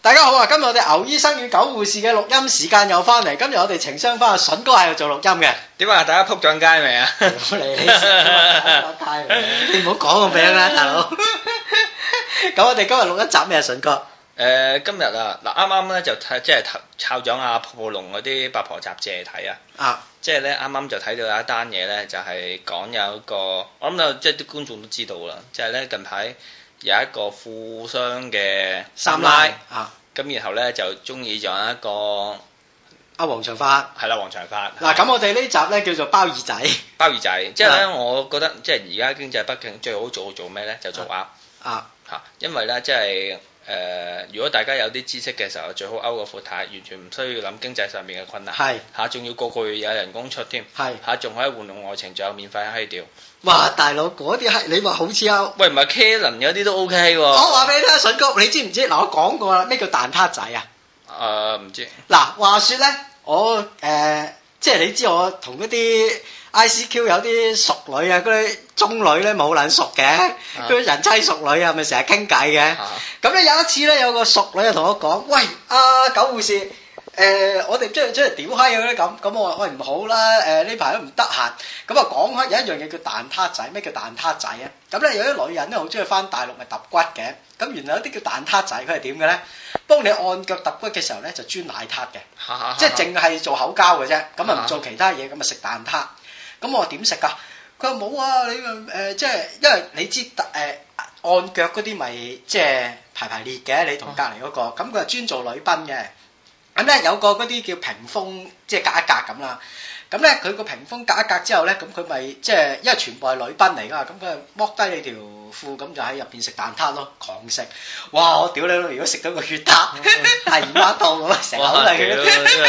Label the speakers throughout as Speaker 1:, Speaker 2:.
Speaker 1: 大家好啊！今日我哋牛醫生與狗護士嘅錄音時間又翻嚟，今日我哋情商翻阿筍哥喺度做錄音嘅。
Speaker 2: 點啊？大家撲上街未啊？
Speaker 1: 屌你你食咗我打太陽你唔好講個名啦，大佬。咁我哋今日錄一集咩啊，筍哥？
Speaker 2: 誒、今日啊，嗱啱啱咧就睇即係抄抄咗阿泡泡龍嗰啲八婆雜誌嚟睇啊，
Speaker 1: 啊，
Speaker 2: 即係咧啱啱就睇到有一單嘢咧，就係、講有一個，我諗有即係啲觀眾都知道啦，就係、咧近排有一個富商嘅
Speaker 1: 三奶啊，
Speaker 2: 咁然後咧就中意咗一個
Speaker 1: 阿黃長發。
Speaker 2: 係啦黃長發
Speaker 1: 嗱，咁啊我哋呢集咧叫做包耳仔，
Speaker 2: 鮑魚仔，即係咧我覺得即係而家經濟不景最好做做咩咧？就做鴨。
Speaker 1: 啊
Speaker 2: 嚇，因為咧即係誒、呃如果大家有啲知識嘅時候，最好勾個闊太，完全唔需要諗經濟上面嘅困難。
Speaker 1: 係
Speaker 2: 嚇，仲要個個月有人工出添。
Speaker 1: 係，
Speaker 2: 嚇，仲可以玩弄愛情，仲有免費閪屌。
Speaker 1: 哇，大佬嗰啲係你話好似啊，
Speaker 2: 喂，唔係 Karen 嗰啲都 OK 喎。
Speaker 1: 我話俾你聽啊，筍哥，你知唔知？嗱，我講過啦，咩叫蛋撻仔啊？
Speaker 2: 誒唔知
Speaker 1: 嗱，話說咧，我誒、呃即係你知我同嗰啲 ICQ 有啲熟女啊，嗰啲中女咧冇撚熟嘅，嗰啲人妻熟女啊，咪成日傾偈嘅。
Speaker 2: 嚇，
Speaker 1: 咁咧有一次咧，有個熟女就同我講：，喂，阿、狗護士，誒、我哋出去出去屌閪佢咧咁。咁我話：喂，唔好啦，誒呢排都唔得閒。咁啊講開有一樣嘢叫蛋撻仔，咩叫蛋撻仔啊？咁咧有啲女人咧好中意翻大陸咪揼骨嘅。咁原來有啲叫蛋撻仔，佢係點嘅咧？幫你按腳揼骨嘅時候咧，就專奶撻嘅。
Speaker 2: 嚇
Speaker 1: 即係淨係做口交嘅啫，咁啊唔做其他嘢，咁啊食蛋撻。咁我話點食㗎？佢話冇啊，你誒、呃即係因為你知誒、呃按腳嗰啲咪即係排排列嘅，你同隔離嗰個，咁佢係專做女賓嘅。咁咧有個嗰啲叫屏風，即係隔一隔咁啦。咁咧佢個屏風隔一隔之後咧，咁佢咪即係因為全部係女賓嚟㗎嘛，咁佢剝低你條褲，咁就喺入邊食蛋撻咯，狂食。哇！我屌你老，如果食到個血撻，大姨媽到咁啊，成口都係血
Speaker 2: 哇屌真係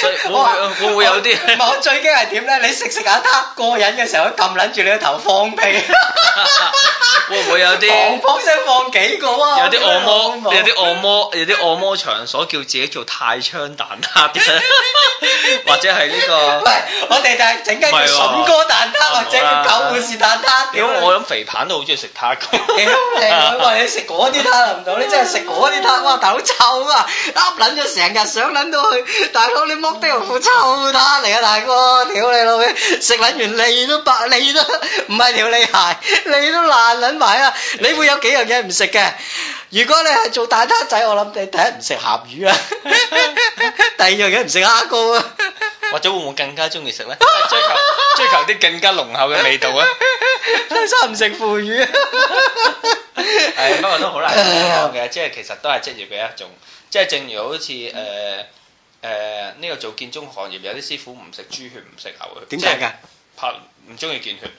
Speaker 2: 所以 會唔會會唔會有
Speaker 1: 唔
Speaker 2: 啲
Speaker 1: 係我最驚係點咧？你食食下撻過癮嘅時候，佢撳撚住你個頭放屁，
Speaker 2: 會唔會有
Speaker 1: 狂
Speaker 2: 啲？
Speaker 1: 放聲放幾個啊！
Speaker 2: 有啲按摩，有
Speaker 1: 啲
Speaker 2: 啲按摩，有啲按摩場所叫自己做泰槍蛋撻嘅， 或者係呢、個
Speaker 1: 唔。係，我哋就係整間叫筍哥蛋撻
Speaker 2: 啊
Speaker 1: 或者叫狗護士蛋撻。
Speaker 2: 屌
Speaker 1: 屌你
Speaker 2: 我諗肥棒都好中意食塔 糕。
Speaker 1: 屌你！喂，你食嗰啲撻唔到，你真係食嗰啲撻，哇！大佬臭啊，噏撚咗成日想撚到去，大佬你剝低條褲臭撻嚟啊，大哥！屌你老味，食撚完脷都白，脷都唔係條脷鞋，脷都爛撚埋啊！你會有幾樣嘢唔食嘅？如果你係做大撻仔，我諗你第一唔食鹹魚啦，第二樣嘢唔食蝦膏啊。
Speaker 2: 或者會唔會更加中意食咧？追 求追求啲更加濃厚嘅味 道啊！
Speaker 1: 第三唔食腐乳啊。
Speaker 2: 係不過都好難講嘅，即係其實都係職業嘅一種，即係正如好似誒誒呢個做建築行業有啲師傅唔食豬血唔食牛血，
Speaker 1: 點
Speaker 2: 即係
Speaker 1: 解㗎？
Speaker 2: 拍唔中意見血。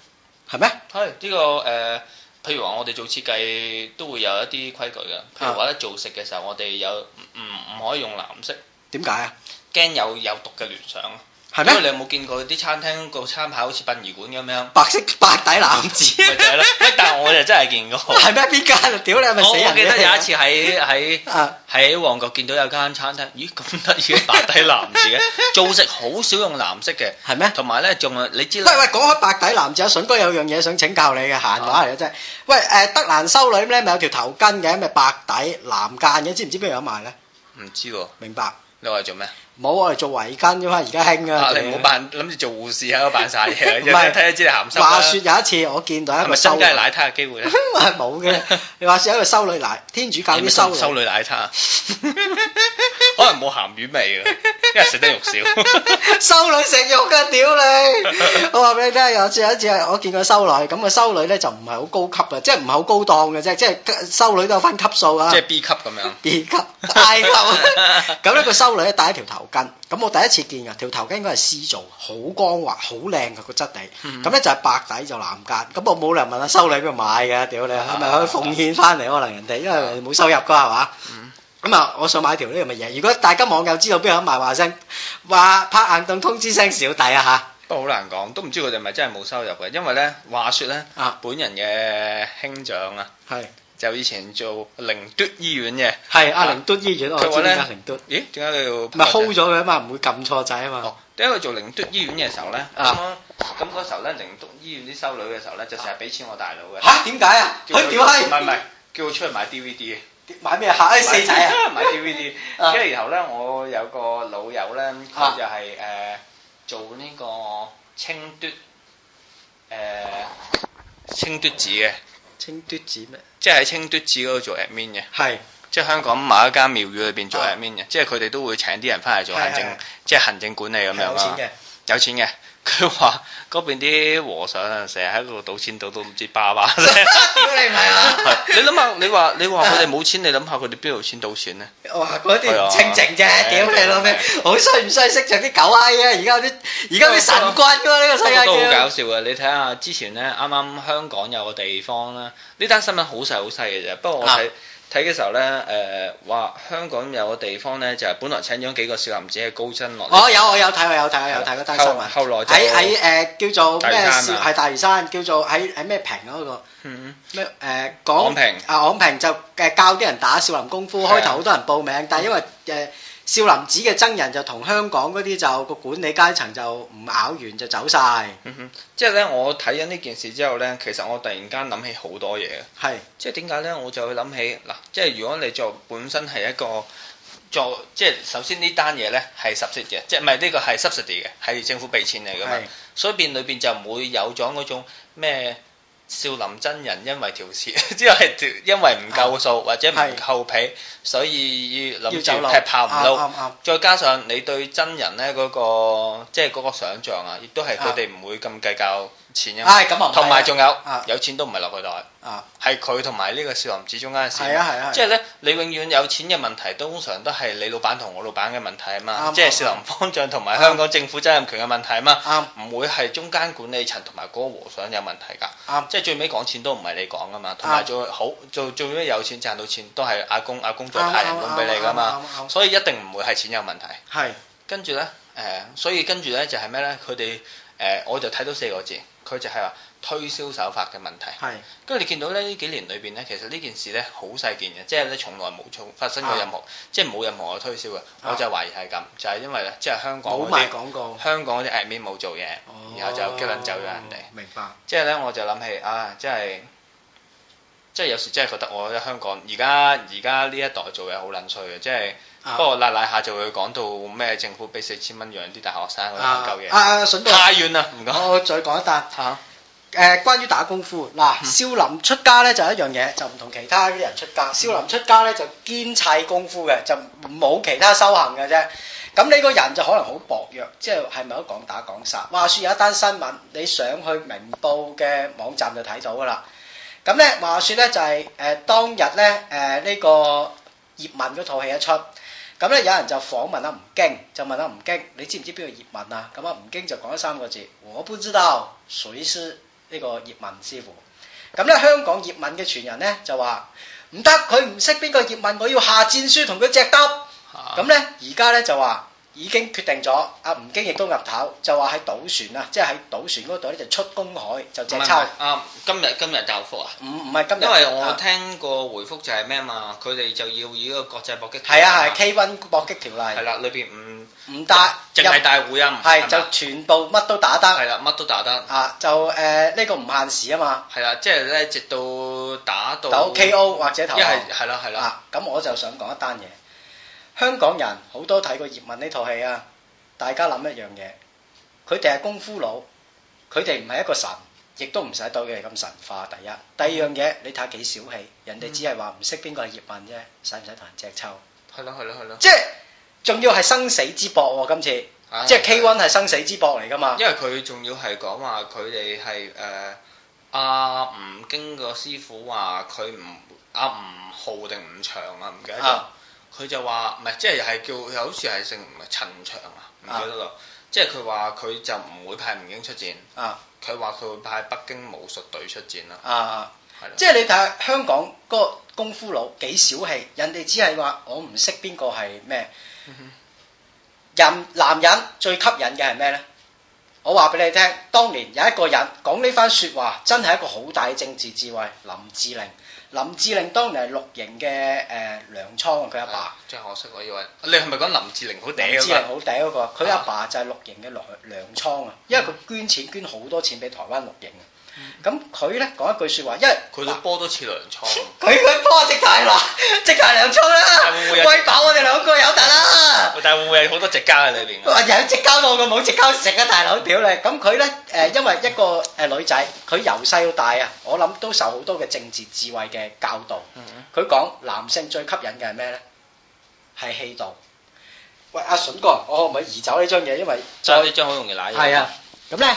Speaker 1: 係咩？
Speaker 2: 係呢、個誒、呃譬如話我哋做設計都會有一啲規矩嘅，譬如話咧做食嘅時候，我哋有唔唔可以用藍色，
Speaker 1: 點解啊？
Speaker 2: 驚有有毒嘅聯想。
Speaker 1: 係
Speaker 2: 因
Speaker 1: 咩？
Speaker 2: 為你有冇見過啲餐廳個餐牌好似殯儀館咁樣？
Speaker 1: 白色白底藍字。
Speaker 2: 咪就係咯，喂！但係我就真係見過。
Speaker 1: 係咩？邊間啊？ 屌你係咪
Speaker 2: 我
Speaker 1: 死人
Speaker 2: 哦我
Speaker 1: 嘅
Speaker 2: 記得有一次喺喺
Speaker 1: 啊，
Speaker 2: 喺旺角見到有間餐廳，咦咁得意嘅白底藍 字嘅，做食好少用藍色嘅，
Speaker 1: 係咩？
Speaker 2: 同埋咧仲係你知
Speaker 1: 喂
Speaker 2: 啦，
Speaker 1: 喂，講開白底男子，阿筍哥有樣嘢想請教你嘅閒話
Speaker 2: 啊
Speaker 1: 嚟嘅啫。喂，誒德蘭修女咧咪有條頭巾嘅，咪白底藍間嘅，知唔知邊度有賣咧？
Speaker 2: 唔知喎，
Speaker 1: 明白？
Speaker 2: 你話做咩？
Speaker 1: 冇我哋做圍巾啫嘛，而家興
Speaker 2: 啊
Speaker 1: 啊！
Speaker 2: 你唔好扮諗住做護士喺度扮晒嘢，
Speaker 1: 唔
Speaker 2: 一
Speaker 1: 係
Speaker 2: 睇就知你鹹濕
Speaker 1: 話啊
Speaker 2: 啦。
Speaker 1: 説有一次我見到一
Speaker 2: 啊係
Speaker 1: 個
Speaker 2: 咪
Speaker 1: 修
Speaker 2: 真
Speaker 1: 女
Speaker 2: 係， 奶他嘅機會咧？
Speaker 1: 冇嘅。你話説一個修女奶，天主教啲
Speaker 2: 你
Speaker 1: 啊
Speaker 2: 咪
Speaker 1: 修
Speaker 2: 修
Speaker 1: 女，
Speaker 2: 女奶 他，可能冇鹹魚味嘅，啊因為食得 肉少。
Speaker 1: 修女食肉㗎，屌 你！我話俾你聽，有一次有一次我見過修女，咁個修女咧就唔係好高級啊嘅，即係唔係好高檔嘅啫，即係修女都有分級數啊。
Speaker 2: 即係 B 級咁樣。
Speaker 1: B 級、I 級，啊 咁咧個修女咧戴一條頭巾，咁我第一次見㗎，條頭巾應該係絲做，好光滑，好靚嘅個質地，
Speaker 2: 嗯
Speaker 1: 咁咧就係白底就藍間，咁我冇理由問下修女邊度買嘅，屌你，係咪可以奉獻翻嚟可能人哋，因為冇收入㗎係嘛
Speaker 2: 嗯？
Speaker 1: 咁啊，我想買條呢咁嘅嘢，如果大家網友知道邊有得賣，話聲話拍硬凳通知聲小弟啊嚇，
Speaker 2: 不過好難講，都唔知佢哋係咪真係冇收入嘅，因為咧話説咧，
Speaker 1: 啊
Speaker 2: 本人嘅兄長啊，
Speaker 1: 係
Speaker 2: 就以前做寧嘟醫院嘅，
Speaker 1: 係阿靈敦醫院，我
Speaker 2: 佢話
Speaker 1: 知
Speaker 2: 咧
Speaker 1: 點解靈敦，
Speaker 2: 咦？點解佢要
Speaker 1: 咪 hold 咗佢啊嘛，唔會撳錯掣啊嘛，
Speaker 2: 哦，點解佢做寧嘟醫院嘅時候咧，咁樣咁嗰時候咧，寧嘟醫院啲修女嘅時候咧，就成日俾錢我大佬嘅，
Speaker 1: 嚇點解啊？佢屌閪
Speaker 2: 唔係唔係，叫佢出去買 DVD 嘅，
Speaker 1: 買咩客？誒四仔啊！
Speaker 2: 買 DVD，
Speaker 1: 啊
Speaker 2: 跟住然後咧，我有個老友咧，
Speaker 1: 啊
Speaker 2: 佢就係誒做呢個清嘟誒清嘟子嘅，
Speaker 1: 清嘟子咩？
Speaker 2: 即係喺清嘟子嗰度做 admin 嘅，
Speaker 1: 係
Speaker 2: 即係香港某一間廟宇裏邊做
Speaker 1: 啊
Speaker 2: admin 嘅，即係佢哋都會請啲人翻嚟做行
Speaker 1: 係係
Speaker 2: 政，即係行政管理咁
Speaker 1: 係
Speaker 2: 樣
Speaker 1: 有
Speaker 2: 啦。
Speaker 1: 錢嘅，
Speaker 2: 有錢嘅， 佢話嗰邊啲和尚啊成日喺度賭錢賭到唔知巴巴聲。
Speaker 1: 屌你唔 係啊！
Speaker 2: 係 你諗下，你話你話佢哋冇錢，你諗下佢哋邊度錢賭錢 咧？
Speaker 1: 哇！嗰
Speaker 2: 係
Speaker 1: 啲
Speaker 2: 啊
Speaker 1: 清靜啫，屌你老味
Speaker 2: 係啊！
Speaker 1: 好衰唔衰？識着啲狗閪啊！而家啲而家啲神棍㗎嘛，呢個世界
Speaker 2: 都好搞
Speaker 1: 叫
Speaker 2: 笑嘅，你睇下之前咧，啱啱香港有個地方咧，呢單新聞好細好細嘅啫。不過我
Speaker 1: 啊
Speaker 2: 睇睇嘅時候咧，誒、話香港有個地方咧，就係、本來請咗幾個少林寺嘅高僧落嚟，
Speaker 1: 我有我有睇我有睇我啊有睇嗰單新
Speaker 2: 後
Speaker 1: 聞。
Speaker 2: 後來就
Speaker 1: 喺喺誒叫做咩
Speaker 2: 大嶼山啊
Speaker 1: 少係大嶼山，叫做喺喺咩平嗰個
Speaker 2: 嗯
Speaker 1: 咩誒講
Speaker 2: 昂平
Speaker 1: 啊昂平就誒教啲人打少林功夫，
Speaker 2: 係啊
Speaker 1: 開頭好多人報名，但係因為誒少林寺嘅僧人就同香港嗰啲就個管理階層就唔咬完就走晒，
Speaker 2: 嗯哼，即係咧，我睇緊呢件事之後咧，其實我突然間諗起好多嘢嘅。
Speaker 1: 係
Speaker 2: 即係點解咧？我就會諗起嗱，即係如果你作本身係一個作，即係首先呢單嘢咧係 subsidy 嘅，即係唔係呢個係 subsidy 嘅，係政府俾錢嚟噶嘛
Speaker 1: 係，
Speaker 2: 所以變裏邊就唔會有咗嗰種咩少林真人 因為條線，即係條因為唔夠數或者唔
Speaker 1: 係
Speaker 2: 夠皮，所以要諗
Speaker 1: 要
Speaker 2: 住
Speaker 1: 走佬
Speaker 2: 劈炮唔撈。
Speaker 1: 啱啱
Speaker 2: 再加上你對真人咧嗰、個即係嗰個想像啊，亦都係佢哋唔會咁計較錢嘅
Speaker 1: 啱，。唉咁啊唔係啊
Speaker 2: 同埋仲有
Speaker 1: 啊
Speaker 2: 有錢都唔係落佢袋，
Speaker 1: 啊
Speaker 2: 係佢同埋呢個少林寺中間嘅事。
Speaker 1: 係啊係啊，
Speaker 2: 即係咧，你永遠有錢嘅問題，通常都係你老闆同我老闆嘅問題啊嘛
Speaker 1: 啱，
Speaker 2: 即
Speaker 1: 啱
Speaker 2: 係少林方丈同埋
Speaker 1: 啱
Speaker 2: 香港政府責任權嘅問題啊嘛，
Speaker 1: 啱
Speaker 2: 唔會係中間管理層同埋嗰個和尚有問題㗎
Speaker 1: 啱，
Speaker 2: 即係最尾講錢都唔係你講㗎嘛，同埋最好做最尾有錢賺到錢都係阿公阿公再
Speaker 1: 啱
Speaker 2: 派人工俾
Speaker 1: ờ,
Speaker 2: 你㗎嘛，，
Speaker 1: 啱啱啱
Speaker 2: 所以一定唔會係錢有問題。
Speaker 1: 啱係
Speaker 2: 跟住咧，誒、所以跟住咧就係咩咧？佢哋誒，我就睇到四個字，佢就係話推銷手法嘅問題。
Speaker 1: 係
Speaker 2: 跟住你見到咧呢幾年裏邊咧，其實呢件事咧好細件嘅，即係咧從來冇從發生過任
Speaker 1: 啊
Speaker 2: 何，即係冇任何嘅推銷嘅。我就懷疑係咁，就係因為咧，即係香港
Speaker 1: 冇
Speaker 2: 嗰
Speaker 1: 賣
Speaker 2: 啲
Speaker 1: 廣告，
Speaker 2: 香港嗰啲 admin 冇做嘢，然後就激撚走咗人哋。
Speaker 1: 哦明白。
Speaker 2: 即係咧，我就諗起啊，即係即係有時真係覺得我喺香港而家而家呢一代做嘢好撚衰嘅，即係
Speaker 1: 啊
Speaker 2: 不過賴賴下就會講到咩政府俾四千蚊養啲大學生嗰
Speaker 1: 啊
Speaker 2: 啲鳩嘢，
Speaker 1: 啊啊！筍哥，
Speaker 2: 太遠啦，唔講
Speaker 1: 我再講一單。
Speaker 2: 嚇
Speaker 1: 誒，呃關於打功夫嗱，
Speaker 2: 嗯
Speaker 1: 少林出家咧就一樣嘢，就唔同其他啲人出家。少林出家咧就堅砌功夫嘅，就冇其他修行嘅啫。咁你個人就可能好薄弱，即係係咪都講打講殺？話説有一單新聞，你上去明報嘅網站就睇到㗎啦。咁咧話説咧就係、誒、當日咧誒呢、個葉問嗰套戲一出，咁咧有人就訪問阿啊吳京，就問阿吳京你知唔知邊個葉問啊？咁啊吳京就講咗三個字，我不知道，水師呢個葉問師傅。咁咧香港葉問嘅傳人咧就話唔得，佢唔識邊個葉問，我要下戰書同佢隻揼。
Speaker 2: 啊
Speaker 1: 咁咧，而家咧就話已經決定咗，阿吳京亦都岌頭，就話喺賭船啊，即係喺賭船嗰度咧就出公海就隻
Speaker 2: 唔係唔
Speaker 1: 抽
Speaker 2: 係，啊！今日今日就復啊！
Speaker 1: 唔唔係今日，
Speaker 2: 因為我
Speaker 1: 啊
Speaker 2: 聽個回覆就係咩嘛，佢哋就要以一個國際搏擊
Speaker 1: 係啊係 K 1搏擊條
Speaker 2: 係啦，裏邊唔
Speaker 1: 例唔打
Speaker 2: 淨係大會啊，唔
Speaker 1: 係
Speaker 2: 嘛
Speaker 1: 就全部乜都打得
Speaker 2: 係啦，乜都打得
Speaker 1: 啊，就誒呢個唔限時啊嘛，
Speaker 2: 係啦，即係咧直到打到
Speaker 1: 到 KO 或者投
Speaker 2: 哦
Speaker 1: 降
Speaker 2: 一係係啦係啦，
Speaker 1: 啊，咁我就想講一單嘢，香港人好多睇過葉問呢套戲啊，大家諗一樣嘢，佢哋係功夫佬，佢哋唔係一個神，亦都唔使對佢哋咁神化。第一，第二樣嘢，你睇下幾小氣，人哋只係話唔識邊個係葉問啫，使唔使同人隻抽？
Speaker 2: 係咯係咯係咯，
Speaker 1: 即係仲要係生死之搏喎、今次
Speaker 2: 唉
Speaker 1: 即係 K one 啊係生死之搏嚟㗎嘛。
Speaker 2: 因為佢仲要係講話佢哋係誒阿吳經個師傅話佢唔阿吳浩定吳長啊，唔記得咗
Speaker 1: 啊。
Speaker 2: 佢就話唔係，即係係叫又好似係姓唔係陳長啊，唔
Speaker 1: 啊
Speaker 2: 記得咗。即係佢話佢就唔會派吳京出戰，
Speaker 1: 啊
Speaker 2: 佢話佢會派北京武術隊出戰啦，
Speaker 1: 啊！
Speaker 2: 係啦。
Speaker 1: 即係你睇下香港嗰個功夫佬幾小氣，人哋只係話我唔識邊個係咩
Speaker 2: 嗯哼。
Speaker 1: 人男人最吸引嘅係咩呢？我話俾你聽，當年有一個人講呢番説話，真係一個好大嘅政治智慧。林志玲，林志玲當年係綠營嘅誒糧倉啊，佢阿爸。
Speaker 2: 啊真係可惜，我以為你係咪講林志玲好
Speaker 1: 林
Speaker 2: 嗲啊
Speaker 1: 志玲
Speaker 2: 㗎？
Speaker 1: 好頂嗰個，佢阿爸就係綠營嘅糧糧倉啊，因為佢捐錢捐好多錢俾台灣綠營啊，咁佢咧講一句説話，因為
Speaker 2: 嗯佢個波都似涼 倉。
Speaker 1: 佢佢波直太嗱，直太兩衝啦
Speaker 2: 但會唔，會有
Speaker 1: 喂飽我哋兩個有得啦！
Speaker 2: 但係會唔會有好多隻膠喺裏邊㗎？
Speaker 1: 話有直交到個冇直交食啊，大佬屌你！咁佢咧誒，因為一個誒女仔，佢由細到大啊，我諗都受好多嘅政治智慧嘅教導。佢講男性最吸引嘅係咩咧？係氣度。喂，阿筍哥，我可唔可以移走呢張嘢？因為
Speaker 2: 揸呢張好容易攋嘢。
Speaker 1: 係啊，咁咧，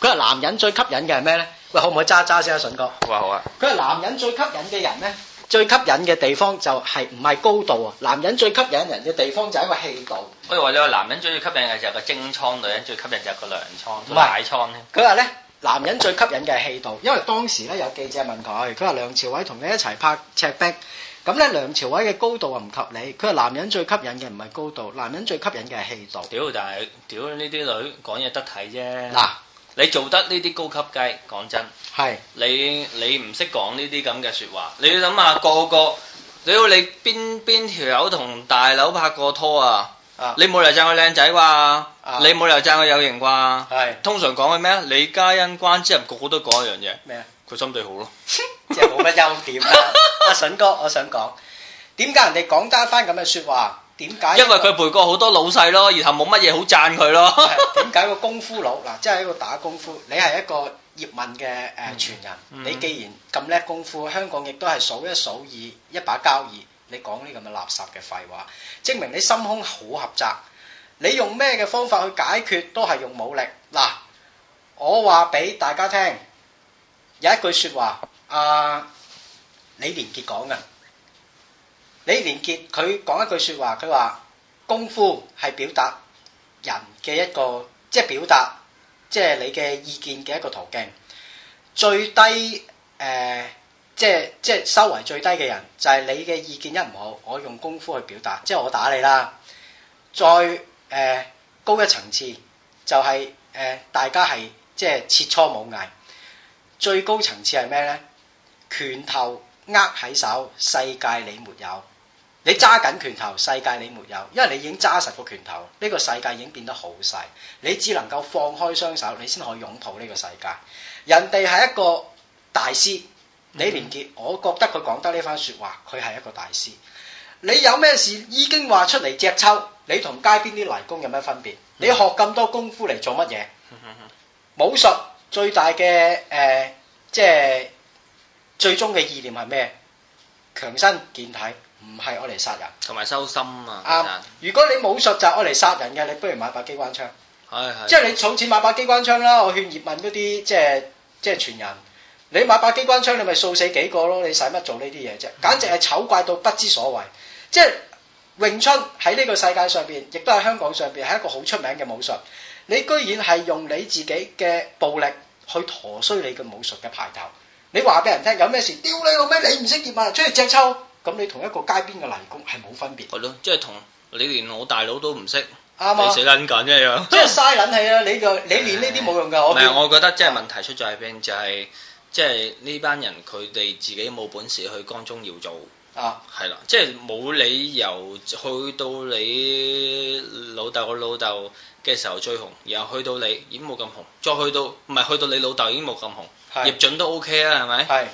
Speaker 1: 佢話男人最吸引嘅係咩咧？喂，可唔可以揸一揸先啊，筍哥？
Speaker 2: 好啊好啊，
Speaker 1: 佢話男人最吸引嘅人咧，最吸引嘅地方就係唔係高度啊？男人最吸引人嘅地方就係一個氣度。
Speaker 2: 我以為你話男人最吸引嘅就係個精倉，女人最吸引就係個涼倉、
Speaker 1: 唔係
Speaker 2: 奶倉添。
Speaker 1: 佢話咧，男人最吸引嘅係氣度，因為當時咧有記者問佢，佢話梁朝偉同你一齊拍赤壁，咁咧梁朝偉嘅高度啊唔及你，佢話男人最吸引嘅唔係高度，男人最吸引嘅係氣度。
Speaker 2: 屌，但係屌呢啲女講嘢得體啫。
Speaker 1: 嗱，
Speaker 2: 你做得呢啲高級雞，講真，
Speaker 1: 係
Speaker 2: 你你唔識講呢啲咁嘅説話，你要諗下個個，屌你邊邊條友同大佬拍過拖啊？
Speaker 1: 啊
Speaker 2: 你冇理由讚佢靚仔啩？你冇理由讚佢有型啩？
Speaker 1: 係
Speaker 2: 通常講嘅咩啊？李嘉欣、關之琳個個都講一樣嘢，
Speaker 1: 咩啊？
Speaker 2: 佢心地好咯。
Speaker 1: 即係冇乜優點啦。 阿筍哥，我想講點解人哋講得翻咁嘅説話？點解？
Speaker 2: 因為佢陪過好多老細咯，然後冇乜嘢好讚佢咯。
Speaker 1: 係點解個功夫佬嗱，即係一個打功夫，你係一個葉問嘅誒傳啊人，
Speaker 2: 嗯
Speaker 1: 你既然咁叻功夫，香港亦都係數一數二，一把交椅，你講呢咁嘅垃圾嘅廢話，證明你心胸好狹窄。你用咩嘅方法去解決都係用武力。嗱，我話俾大家聽，有一句説話，阿、李連杰講嘅。李連杰佢講一句説話，佢話功夫係表達人嘅一個即係表達，即係你嘅意見嘅一個途徑。最低誒、呃即係即係收為最低嘅人，就係、你嘅意見一唔好，我用功夫去表達，即係我打你啦。再誒、呃高一層次，就係、誒、大家係即係切磋武藝。最高層次係咩咧？拳頭握喺手，世界你沒有。你揸緊拳頭，世界你沒有，因為你已經揸實個拳頭，呢、個世界已經變得好細，你只能夠放開雙手，你先可以擁抱呢個世界。人哋係一個大師，李連杰，我覺得佢講得呢番説話，佢係一個大師。你有咩事已經話出嚟隻抽，你同街邊啲泥工有咩分別？你學咁多功夫嚟做乜嘢？武術最大嘅誒、呃即係最終嘅意念係咩？強身健體，唔係我嚟殺人。
Speaker 2: 同埋收心啊
Speaker 1: 啱，如果你武術就係我嚟殺人嘅，你不如買把機關槍。
Speaker 2: 真係係
Speaker 1: 即係你儲錢買把機關槍啦，我勸葉問嗰啲即係即係傳人，你買把機關槍你咪掃死幾個咯，你使乜做呢啲嘢
Speaker 2: 嗯
Speaker 1: 啫？簡直係醜怪到不知所謂。即係詠春喺呢個世界上邊，亦都喺香港上邊係一個好出名嘅武術。你居然係用你自己嘅暴力去陀衰你嘅武術嘅牌頭，你話俾人聽有咩事？屌你老咩！你唔識葉問，出去隻抽。咁你同一個街邊嘅泥工係冇分別，
Speaker 2: 係咯，即係同你連我大佬都唔識，
Speaker 1: 啱
Speaker 2: 你
Speaker 1: 啊！
Speaker 2: 死撚緊啫樣。
Speaker 1: 即係嘥撚氣啦！啊你個你練呢啲冇用㗎，
Speaker 2: 唔
Speaker 1: 我
Speaker 2: 係，我覺得即係問題出在邊，就係即係呢班人佢哋自己冇本事去江中要做，
Speaker 1: 啊
Speaker 2: 係啦，即係冇理由去到你老豆個老豆嘅時候最紅，然後去到你已經冇咁紅，再去到唔係去到你老豆已經冇咁紅，葉
Speaker 1: 係
Speaker 2: 準都 OK 啊，係咪？
Speaker 1: 係。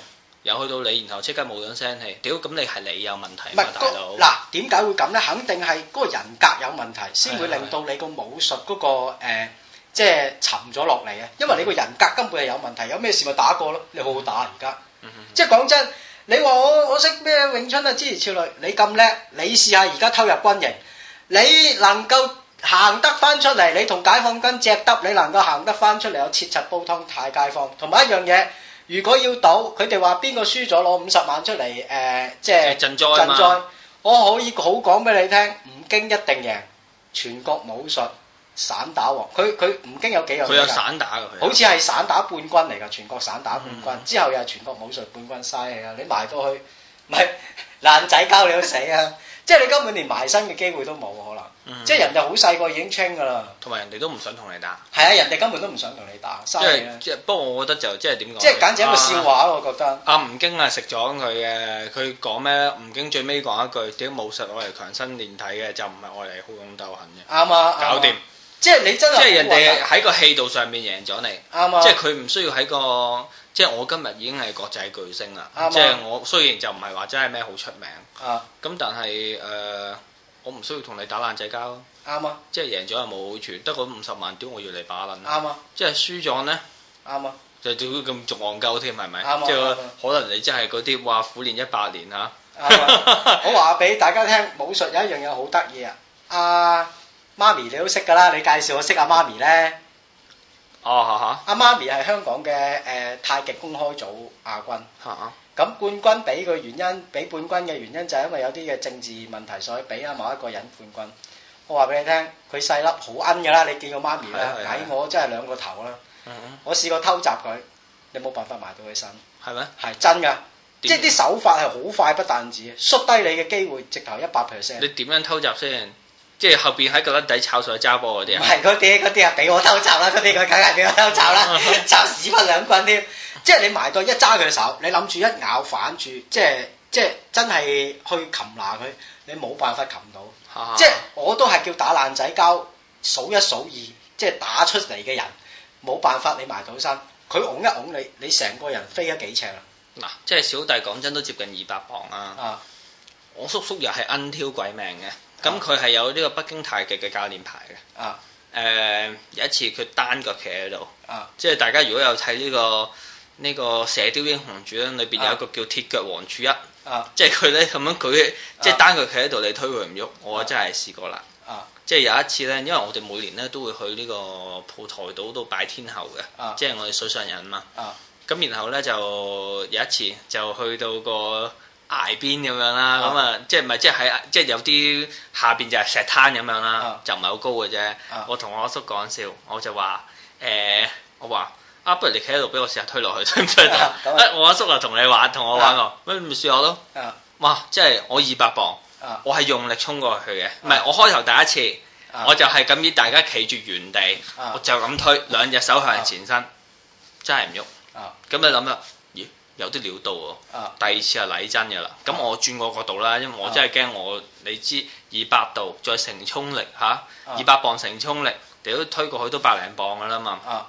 Speaker 2: 又去到你，然後即刻冇咗聲氣，屌咁你係你有問題
Speaker 1: 唔
Speaker 2: 嘛
Speaker 1: 係，
Speaker 2: 大
Speaker 1: 個
Speaker 2: 佬？
Speaker 1: 嗱點解會咁咧？肯定係嗰個人格有問題，先會
Speaker 2: 係係
Speaker 1: 令到你個武術嗰、個、呃、即係沉咗落嚟啊！因為你個人格根本係有問題，有咩事咪打過咯，你好好打而家。
Speaker 2: 嗯嗯
Speaker 1: 即係講真，你話我我識咩詠春啊，諸如此類，你咁叻，你試下而家偷入軍營，你能夠行得翻出嚟，你同解放軍隻得，你能夠行得翻出嚟，有切柒煲湯太街坊，同埋一樣嘢。如果要賭，佢哋話邊個輸咗攞五十萬出嚟，誒、即係
Speaker 2: 誒賑災啊
Speaker 1: 賑
Speaker 2: 嘛，
Speaker 1: 災，我可以好講俾你聽，吳京一定贏全國武術散打王。佢佢吳京有幾樣
Speaker 2: 佢有
Speaker 1: 嘢㗎？
Speaker 2: 散打㗎佢
Speaker 1: 好。似係散打冠軍嚟㗎，全國散打冠軍，
Speaker 2: 嗯
Speaker 1: 之後又係全國武術冠軍，嘥氣啊！你埋到去， 唔係爛仔交你都死啊！即係你根本連埋身嘅機會都冇啊可能，
Speaker 2: 嗯
Speaker 1: 即係人哋好細個已經 train 㗎啦。
Speaker 2: 同埋人哋都唔想同你打，
Speaker 1: 係啊，人哋根本都唔想同你打，
Speaker 2: 即
Speaker 1: 嘥氣啊
Speaker 2: 係！即係不過我覺得就即係點講？
Speaker 1: 即係簡直一個笑話咯，我覺得。
Speaker 2: 阿吳京啊食咗佢嘅，佢講咩？吳京最尾講一句：屌武術我嚟強身練體嘅，就唔係我嚟好勇鬥狠嘅。
Speaker 1: 啱啊！啱啊
Speaker 2: 搞掂，
Speaker 1: 即係你真係
Speaker 2: 即係人哋
Speaker 1: 好啊
Speaker 2: 喺個氣度上面贏咗你，
Speaker 1: 核突啱啊，
Speaker 2: 即係佢唔需要喺個，即係我今日已經係國際巨星啦
Speaker 1: 啱啊，
Speaker 2: 即係我雖然就唔係話真係咩好出名，
Speaker 1: 啊
Speaker 2: 咁但係誒、呃我唔需要同你打爛仔交咯，
Speaker 1: 啱啊
Speaker 2: 即係贏咗又冇好處，得嗰五十萬屌我要你把撚，
Speaker 1: 啱啊
Speaker 2: 即係輸咗呢。
Speaker 1: 啱啊
Speaker 2: 就屌咁仲戇鳩添，係咪？
Speaker 1: 啱啊
Speaker 2: 即係
Speaker 1: 啱啊
Speaker 2: 可能你真係嗰啲話苦練一百年嚇。
Speaker 1: 啱啊！我話俾大家聽，武術有一樣嘢好得意啊！阿媽咪你都識㗎啦，你介紹我識阿媽咪咧。
Speaker 2: 哦
Speaker 1: 阿媽咪係香港嘅誒、呃太極公開組亞軍，
Speaker 2: 嚇嚇嚇
Speaker 1: 咁冠軍俾佢原因，俾冠軍嘅原因就係因為有啲嘅政治問題，所以俾啊某一個人冠軍。我話俾你聽，佢細粒好奀㗎啦，你見過媽咪啦，
Speaker 2: 係啊係啊
Speaker 1: 矮我真係兩個頭啦。
Speaker 2: 嗯，
Speaker 1: 我試過偷襲佢，你冇辦法埋到佢身，
Speaker 2: 係咩？
Speaker 1: 係真㗎，即
Speaker 2: 點啊
Speaker 1: 係啲手法係好快，不但止，縮低你嘅機會直頭一百 percent。
Speaker 2: 你點樣偷襲先？即係後邊喺個撚底炒水揸波嗰啲
Speaker 1: 唔
Speaker 2: 啊？
Speaker 1: 係嗰啲嗰啲啊，俾我偷襲啦！嗰啲佢梗係俾我偷襲
Speaker 2: 啊
Speaker 1: 啦，插屎忽兩棍添。即係你埋到一揸佢手，你諗住一咬反住，即係即係真係去擒拿佢，你冇辦法擒到。
Speaker 2: 嚇嚇
Speaker 1: 即係我都係叫打爛仔交，數一數二，即係打出嚟嘅人冇辦法你埋到身，佢拱一拱你，你成個人飛咗幾尺啦。
Speaker 2: 嗱，啊即係小弟講真都接近二百磅啊！
Speaker 1: 啊
Speaker 2: 我叔叔又係奀挑鬼命嘅，咁佢係有呢個北京太極嘅教練牌嘅。
Speaker 1: 啊
Speaker 2: 誒、有一次佢單腳企喺度，
Speaker 1: 啊
Speaker 2: 即係大家如果有睇呢、個呢、個《射雕英雄傳》咧，裏邊有一個叫鐵腳王處一。
Speaker 1: 啊
Speaker 2: 即係佢咧咁樣舉起，即
Speaker 1: 啊
Speaker 2: 係單佢企喺度，你推佢唔喐，我真係試過啦。
Speaker 1: 啊
Speaker 2: 即係有一次咧，因為我哋每年咧都會去呢個蒲台島度拜天后嘅，
Speaker 1: 啊
Speaker 2: 即係我哋水上人嘛。
Speaker 1: 啊
Speaker 2: 咁然後咧就有一次就去到個崖邊咁樣啦，
Speaker 1: 啊
Speaker 2: 咁啊即係咪即係喺即係有啲下邊就係石灘咁樣啦
Speaker 1: 啊，
Speaker 2: 就唔係好高嘅啫
Speaker 1: 啊。
Speaker 2: 我同我阿叔講笑，我就話誒，我話。啊，不如你企喺度俾我試下推落去，推唔推得？
Speaker 1: 啊咁啊
Speaker 2: 誒， 我阿叔啊同你玩，同我玩喎，咁咪試下咯。
Speaker 1: 啊
Speaker 2: 哇！即係我二百磅，
Speaker 1: 啊
Speaker 2: 我係用力衝過去嘅，唔係我開頭第一次，
Speaker 1: 啊
Speaker 2: 我就係咁以大家企住原地，
Speaker 1: 啊
Speaker 2: 我就咁推，兩隻手向前伸，真係唔喐。
Speaker 1: 啊
Speaker 2: 咁你諗啦，咦有啲料到喎。
Speaker 1: 啊
Speaker 2: 第二次係禮真嘅啦，咁我轉個角度啦，因為我
Speaker 1: 啊
Speaker 2: 真係驚我你知二百度再乘衝力嚇，
Speaker 1: 啊
Speaker 2: 二百磅乘衝力，屌推過去都百零磅噶啦嘛。
Speaker 1: 啊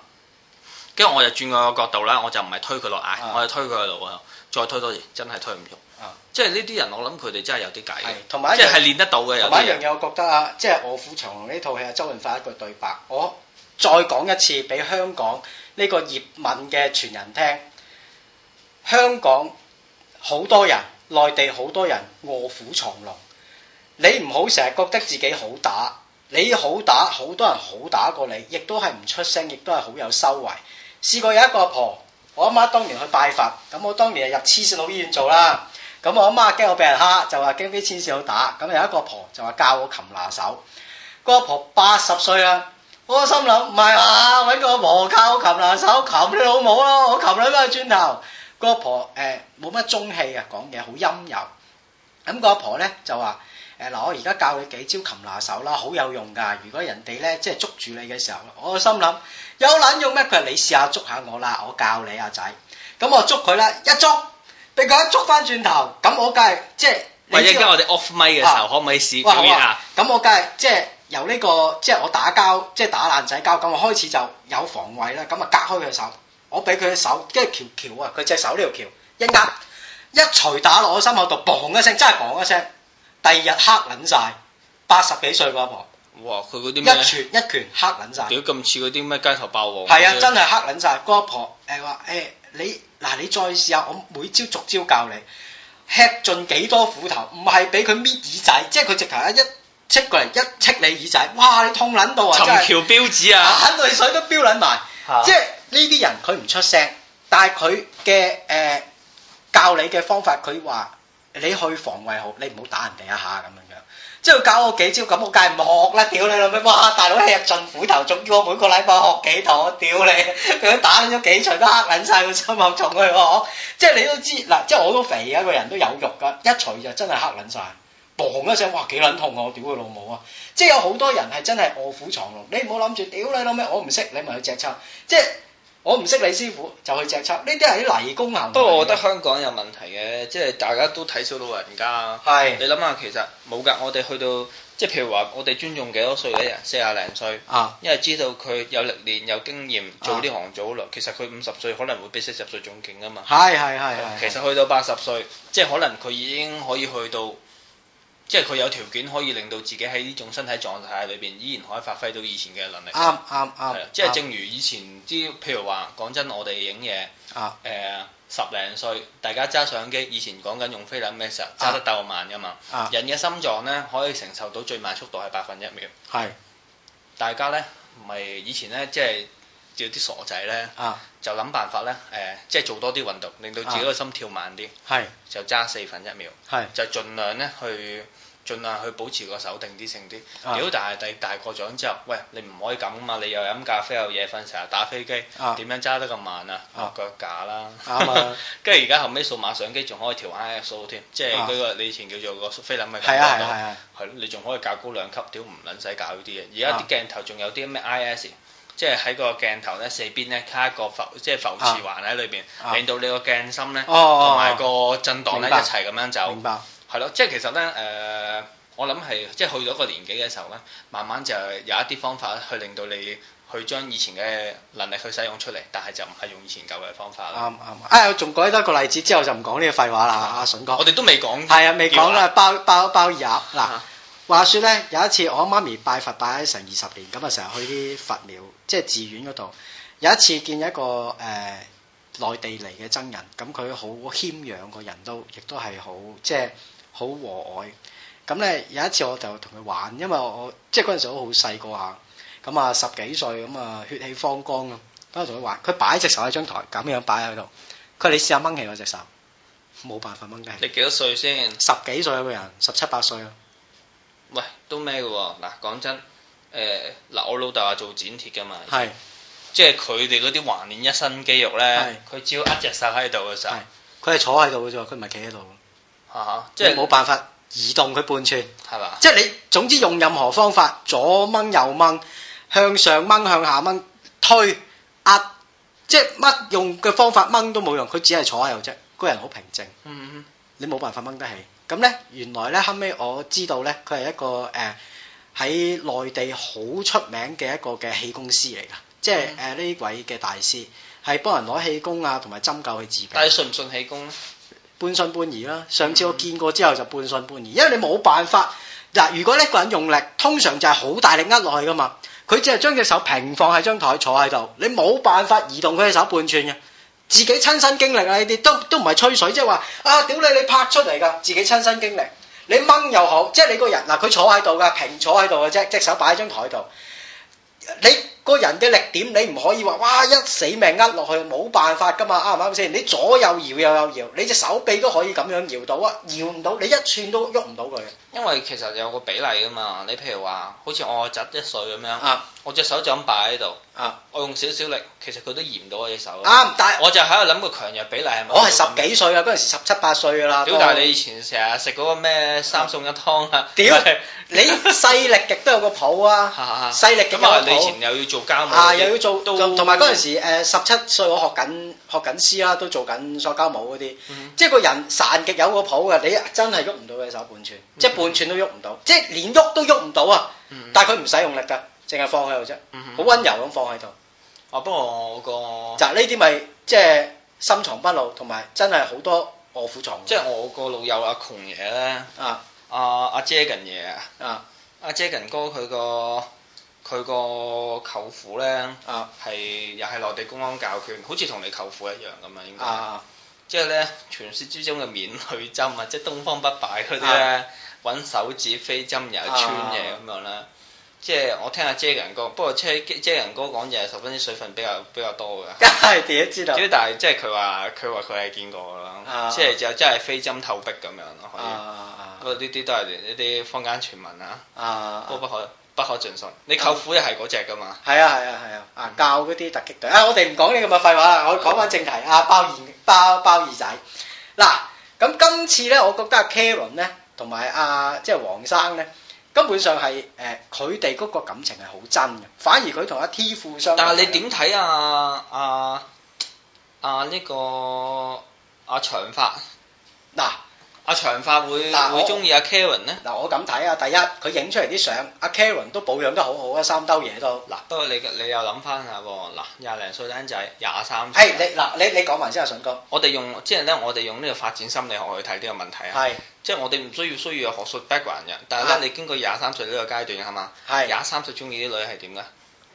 Speaker 2: 跟住我就轉個角度啦，我就唔係推佢落崖，
Speaker 1: 啊
Speaker 2: 我就推佢去路啊，再推多次，真係推唔喐
Speaker 1: 啊。
Speaker 2: 即係呢啲人，我諗佢哋真係有啲計
Speaker 1: 係
Speaker 2: 嘅，，
Speaker 1: 同埋一
Speaker 2: 即
Speaker 1: 樣
Speaker 2: 係係練得到嘅有
Speaker 1: 同埋
Speaker 2: 啲
Speaker 1: 一樣
Speaker 2: 人。
Speaker 1: 嘢，我覺得啊，即係《卧虎藏龍》呢套戲啊，周潤發一句對白，我再講一次俾香港呢個葉問嘅傳人聽。香港好多人，內地好多人卧虎藏龍，你唔好成日覺得自己好打，你好打好多人好打過你，亦都係唔出聲，亦都係好有修為。試過有一個阿婆，我阿媽當年去拜佛，咁我當年係入黐線佬醫院做啦。咁我阿媽驚我俾人蝦，就話驚俾黐線佬打。咁有一個婆就話教我擒拿手，個阿婆八十歲啦。我心諗唔係啊，揾個阿婆教我擒拿手，擒你老母咯！我擒你翻去轉頭。個阿婆誒冇乜中氣啊，講嘢好陰柔。咁個阿婆咧就話：誒嗱，我而家教你幾招擒拿手啦，好有用㗎。如果人哋咧即係捉住你嘅時候，我心諗有撚用咩？佢話你試下捉下我啦，我教你阿啊仔。咁我捉佢啦，一捉俾佢一捉翻轉頭，咁我梗係即係
Speaker 2: 喂，
Speaker 1: 你
Speaker 2: 一
Speaker 1: 知
Speaker 2: 陣
Speaker 1: 道
Speaker 2: 間我哋 off mic 嘅時候，
Speaker 1: 啊
Speaker 2: 可唔可以試
Speaker 1: 哇
Speaker 2: 表
Speaker 1: 好
Speaker 2: 演
Speaker 1: 啊
Speaker 2: 啊？！
Speaker 1: 咁我梗係即係由呢、個即係我打交，即係打爛仔交，咁我開始就有防衞啦，咁啊隔開佢手，我俾佢手，跟住橋橋啊，佢隻手呢度橋，一握一捶打落我心口度，嘣一聲，真係嘣一聲，第二日黑撚晒，八十幾歲個阿婆，
Speaker 2: 哇！佢嗰啲
Speaker 1: 一
Speaker 2: 咩？
Speaker 1: 拳一拳黑撚晒。
Speaker 2: 屌咁似嗰啲咩街頭霸王？
Speaker 1: 係啊，真係黑撚晒。個阿婆誒話誒你嗱，你再試下，我每朝逐朝教你，吃盡幾多苦頭，唔係俾佢搣耳仔，即係佢直頭一戚過嚟一戚你耳仔，哇！你痛撚到啊，
Speaker 2: 尋
Speaker 1: 真係
Speaker 2: 橋標誌啊！
Speaker 1: 眼淚水都飆撚埋。即係呢啲人佢唔出聲，但係佢嘅誒教你嘅方法，佢話你去防衞好，你唔好打人哋一下咁樣樣。即係佢教我幾招，咁我梗係唔學啦！屌你老味，哇！大佬吃盡苦頭，仲要我每個禮拜學幾堂，我屌你！佢打撚咗幾錘都黑撚晒個心口，仲去學。即係你都知嗱，即係我都肥嘅，個人都有肉㗎，一錘就真係黑撚晒。嘣一聲，哇幾撚痛啊！我屌佢老母啊！即係有好多人係真係卧虎藏龍，你唔好諗住屌你老味，我唔識你咪去隻抽，即係我唔識你師傅就去隻抽，呢啲係啲泥工行為。
Speaker 2: 不過我覺得香港有問題嘅，即係大家都睇少老人家。
Speaker 1: 係
Speaker 2: 你諗下，其實冇㗎，我哋去到即係譬如話，我哋尊重幾多歲嘅人，四廿零歲，
Speaker 1: 啊，
Speaker 2: 因為知道佢有歷練、有經驗，做呢行做好耐。其實佢五十歲可能會比四十歲仲勁噶嘛。
Speaker 1: 係係係係，
Speaker 2: 其實去到八十歲，即係可能佢已經可以去到，即係佢有條件可以令到自己喺呢種身體狀態裏邊，依然可以發揮到以前嘅能力。
Speaker 1: 啱啱
Speaker 2: 係啊
Speaker 1: 啱，
Speaker 2: 即係正如以前啲，譬如話講真，我哋影嘢
Speaker 1: 啊
Speaker 2: 誒十零歲，大家揸相機，以前講緊用菲林嘅時候揸得鬥慢噶嘛。
Speaker 1: 啊
Speaker 2: 人嘅心臟咧可以承受到最慢速度係百分一秒，
Speaker 1: 係
Speaker 2: 大家咧唔係以前咧即係叫啲傻仔咧
Speaker 1: 啊
Speaker 2: 就諗辦法咧誒、即係做多啲運動，令到自己個心跳慢啲，
Speaker 1: 係
Speaker 2: 就揸四分一秒，
Speaker 1: 係
Speaker 2: 就盡量咧去。盡量去保持個手定啲性啲，
Speaker 1: 啊
Speaker 2: 屌！但係第大個咗之後，喂，你唔可以咁啊嘛！你又飲咖啡又夜瞓，成日打飛機，
Speaker 1: 啊
Speaker 2: 點樣揸得咁慢啊？
Speaker 1: 啊
Speaker 2: 落腳架啦，
Speaker 1: 啱 啊，
Speaker 2: 跟住而家後尾數碼相機仲可以調 ISO 添，即係
Speaker 1: 啊
Speaker 2: 嗰個你以前叫做個菲林嘅
Speaker 1: 係啊係啊係啊，
Speaker 2: 係咯，你仲可以較高兩級，屌唔撚使搞呢啲嘢。而家啲鏡頭仲有啲咩 IS，即係喺個鏡頭咧四邊咧加一個浮，即係浮
Speaker 1: 啊
Speaker 2: 磁環喺裏邊，
Speaker 1: 啊
Speaker 2: 令到你個鏡心咧
Speaker 1: 哦哦
Speaker 2: 同埋個震盪咧
Speaker 1: 明
Speaker 2: 一
Speaker 1: 白
Speaker 2: 齊咁樣走
Speaker 1: 明。白
Speaker 2: 係咯，即係其實咧誒、我諗係即係去到一個年紀嘅時候咧，慢慢就有一啲方法去令到你去將以前嘅能力去使用出嚟，但係就唔係用以前舊嘅方法啦。
Speaker 1: 啱啱。啊，我仲舉多一個例子之後就唔講呢個廢話啦，阿筍哥
Speaker 2: 我。哋都未講，
Speaker 1: 係啊，未講啦，包包包入嗱
Speaker 2: 啊。
Speaker 1: 話說咧，有一次我媽咪拜佛拜咗成二十年，咁啊成日去啲佛廟，即係寺院嗰度。有一次見一個誒、呃、內地嚟嘅僧人，咁佢好謙讓個人都，亦都係好即係好和藹。咁咧有一次我就同佢玩，因為我即係嗰陣時我好細個下，咁啊十幾歲，咁啊血氣方剛咁，咁啊我同佢玩，佢擺隻手喺張台咁樣擺喺度，佢話你試下掹起我隻手，冇辦法掹得起。
Speaker 2: 你幾多歲先？
Speaker 1: 十幾歲嘅人，十七八歲啊，
Speaker 2: 喂，都咩嘅喎？嗱，講真，誒、嗱，我老豆係做剪鐵噶嘛，
Speaker 1: 係
Speaker 2: 即係佢哋嗰啲橫練一身肌肉咧，佢只要握隻手喺度嘅時候
Speaker 1: 係，佢係坐喺度嘅啫，佢唔係企喺度，
Speaker 2: 嚇嚇，
Speaker 1: 即
Speaker 2: 即
Speaker 1: 係
Speaker 2: 係
Speaker 1: 冇辦法移動佢半寸，
Speaker 2: 係嘛？
Speaker 1: 即係你總之用任何方法，左掹右掹，向上掹向下掹，推壓，即係乜用嘅方法掹都冇用，佢只係坐喺度啫，個人好平靜。
Speaker 2: 嗯，
Speaker 1: 你冇辦法掹得起。咁咧，原來咧後尾我知道咧，佢係一個誒喺、內地好出名嘅一個嘅氣功師嚟㗎，即係誒呢位嘅大師係幫人攞氣功啊，同埋針灸去治病
Speaker 2: 但係。你信唔信氣功咧？
Speaker 1: 半信半疑啦。上次我見過之後就半信半疑，因為你冇辦法嗱。如果呢個人用力，通常就係好大力握呃落去噶嘛。佢只係將隻手平放喺張台坐喺度，你冇辦法移動佢隻手半寸嘅。自己親身經歷啊，呢啲都都唔係吹水，即係話啊，屌你！你拍出嚟㗎，自己親身經歷。你掹又好，即係你個人嗱，佢坐喺度㗎，平坐喺度嘅啫，隻手擺喺張台度。你個人嘅力點，你唔可以話哇一死命呃落去，冇辦法噶嘛，啱唔啱先？你左右搖右右搖，你隻手臂都可以咁樣搖到啊，搖唔到，你一寸都喐唔到佢
Speaker 2: 因為其實有個比例噶嘛，你譬如話，好似我侄一歲咁樣，
Speaker 1: 啊
Speaker 2: 我隻手就咁擺喺度，
Speaker 1: 啊！
Speaker 2: 我用少少力，其實佢都移唔到我隻手。啊
Speaker 1: 啱，啊但係
Speaker 2: 我就喺度諗個強弱比例係咪？
Speaker 1: 我係十幾歲啊，嗰陣時十七八歲噶啦。
Speaker 2: 屌！但係你以前成日食嗰個咩三餸一湯啊？
Speaker 1: 屌
Speaker 2: 係
Speaker 1: 你勢力極都有個譜啊，勢力極有
Speaker 2: 咁啊！
Speaker 1: 個
Speaker 2: 你以
Speaker 1: 譜
Speaker 2: 前又要做家務
Speaker 1: 啊，又要做
Speaker 2: 都
Speaker 1: 同埋嗰陣時誒十七歲我學緊學緊詩啦，都做緊塑膠舞嗰啲。
Speaker 2: 嗯
Speaker 1: 即係個人散極有個譜嘅，你真係喐唔到佢手半寸，即係半寸都喐唔到，即係連喐都喐唔到啊！
Speaker 2: 嗯
Speaker 1: 但係佢唔使用力㗎，淨係放喺度啫，
Speaker 2: 嗯
Speaker 1: 好啊温柔咁放喺度。
Speaker 2: 哦，不過我個
Speaker 1: 就係呢啲咪即係深藏不露，同埋真係好多卧虎藏龍。
Speaker 2: 即係我個老友阿窮爺咧，
Speaker 1: 啊
Speaker 2: 阿阿 Jagan 爺啊，
Speaker 1: 啊
Speaker 2: 阿 Jagan 哥佢個佢個舅父咧
Speaker 1: 啊
Speaker 2: 係又係內地公安教拳，好似同你舅父一樣咁啊，應該。
Speaker 1: 啊
Speaker 2: 即係咧，傳説之中嘅免去針啊，即係東方不敗嗰啲
Speaker 1: 啊
Speaker 2: 咧，揾手指飛針又穿嘢咁樣啦。即係我聽阿 J 人哥，不過 J J 人哥講嘢係十分之水分比較比較多嘅。
Speaker 1: 梗係點知道
Speaker 2: 主要但係即係佢話佢話佢係見過
Speaker 1: 啊
Speaker 2: 啦，即係就真係飛針透壁咁樣咯，可以。
Speaker 1: 啊
Speaker 2: 不過呢啲都係一啲坊間傳聞啊，
Speaker 1: 啊啊
Speaker 2: 都！不可不可盡信。你舅父又係嗰只噶嘛？
Speaker 1: 係啊係啊係啊！啊教嗰啲突擊隊啊！我哋唔講呢咁嘅廢話啦，我講翻正題啊！包二包包二仔嗱，咁今次咧，我覺得阿 Karen 咧同埋阿即係黃生咧，根本上係誒佢哋嗰個感情係好真嘅，反而佢同阿 T 富相
Speaker 2: 但係你點睇啊啊啊呢個啊長髮
Speaker 1: 嗱？
Speaker 2: 阿長發會
Speaker 1: 嗱我
Speaker 2: 會中意阿 Karen 咧？
Speaker 1: 嗱，我咁睇啊，第一佢影出嚟啲相，阿 à, Karen 都保養得好好啊，三兜嘢都。嗱，
Speaker 2: 不過你你又諗翻下喎，嗱廿零歲僆仔，廿三歲，
Speaker 1: 係你嗱，你你講埋先啊，筍哥。
Speaker 2: 我哋用即係咧，我哋用呢個發展心理學去睇呢個問題啊，
Speaker 1: 係
Speaker 2: 即係我哋唔需要需要有學術 background 嘅，但
Speaker 1: 啊
Speaker 2: 係咧你經過廿三歲呢個階段係嘛？
Speaker 1: 係，
Speaker 2: 廿三歲中意啲女係點㗎？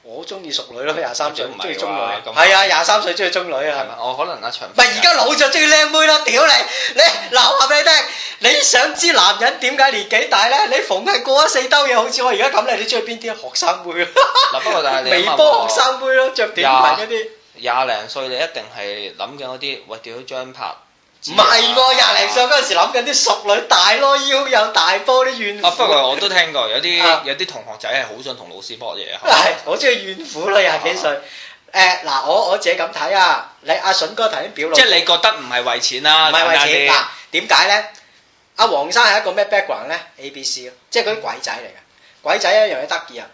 Speaker 1: 我中意熟女咯，廿三歲
Speaker 2: 唔係
Speaker 1: 中意中女。
Speaker 2: 話咁
Speaker 1: 係啊，廿三歲中意中女
Speaker 2: 係
Speaker 1: 啊。
Speaker 2: 咪？我可能阿長
Speaker 1: 唔係而家老就中意靚妹啦，屌你！你嗱我話俾你聽，你想知男人點解年紀大咧？你逢係過咗四兜嘢，好似我而家咁咧，你中意邊啲啊學生妹啊？
Speaker 2: 嗱不過但係你諗
Speaker 1: 微
Speaker 2: 下
Speaker 1: 波
Speaker 2: 喎
Speaker 1: 學生妹咯，着短裙嗰啲。
Speaker 2: 廿零歲你一定係諗緊嗰啲，喂屌張柏芝
Speaker 1: 唔
Speaker 2: 啊。
Speaker 1: 係喎，廿零歲嗰陣時諗緊啲熟女大咯，腰有大波啲怨婦。
Speaker 2: 啊，不過我都聽過有
Speaker 1: 啊嗯
Speaker 2: 啲有啲同學仔係好想同老師搏嘢啊。
Speaker 1: 係，我中意怨婦咯，廿幾歲。誒嗱，我我自己咁睇啊，你阿筍哥頭先表露，
Speaker 2: 即係你覺得唔係為錢啦，
Speaker 1: 唔係為
Speaker 2: 簡單啲
Speaker 1: 錢嗱？點解咧？阿黃生係一個咩 background 咧？A B C 咯，即係嗰啲鬼仔嚟嘅。鬼仔一樣嘢得意啊！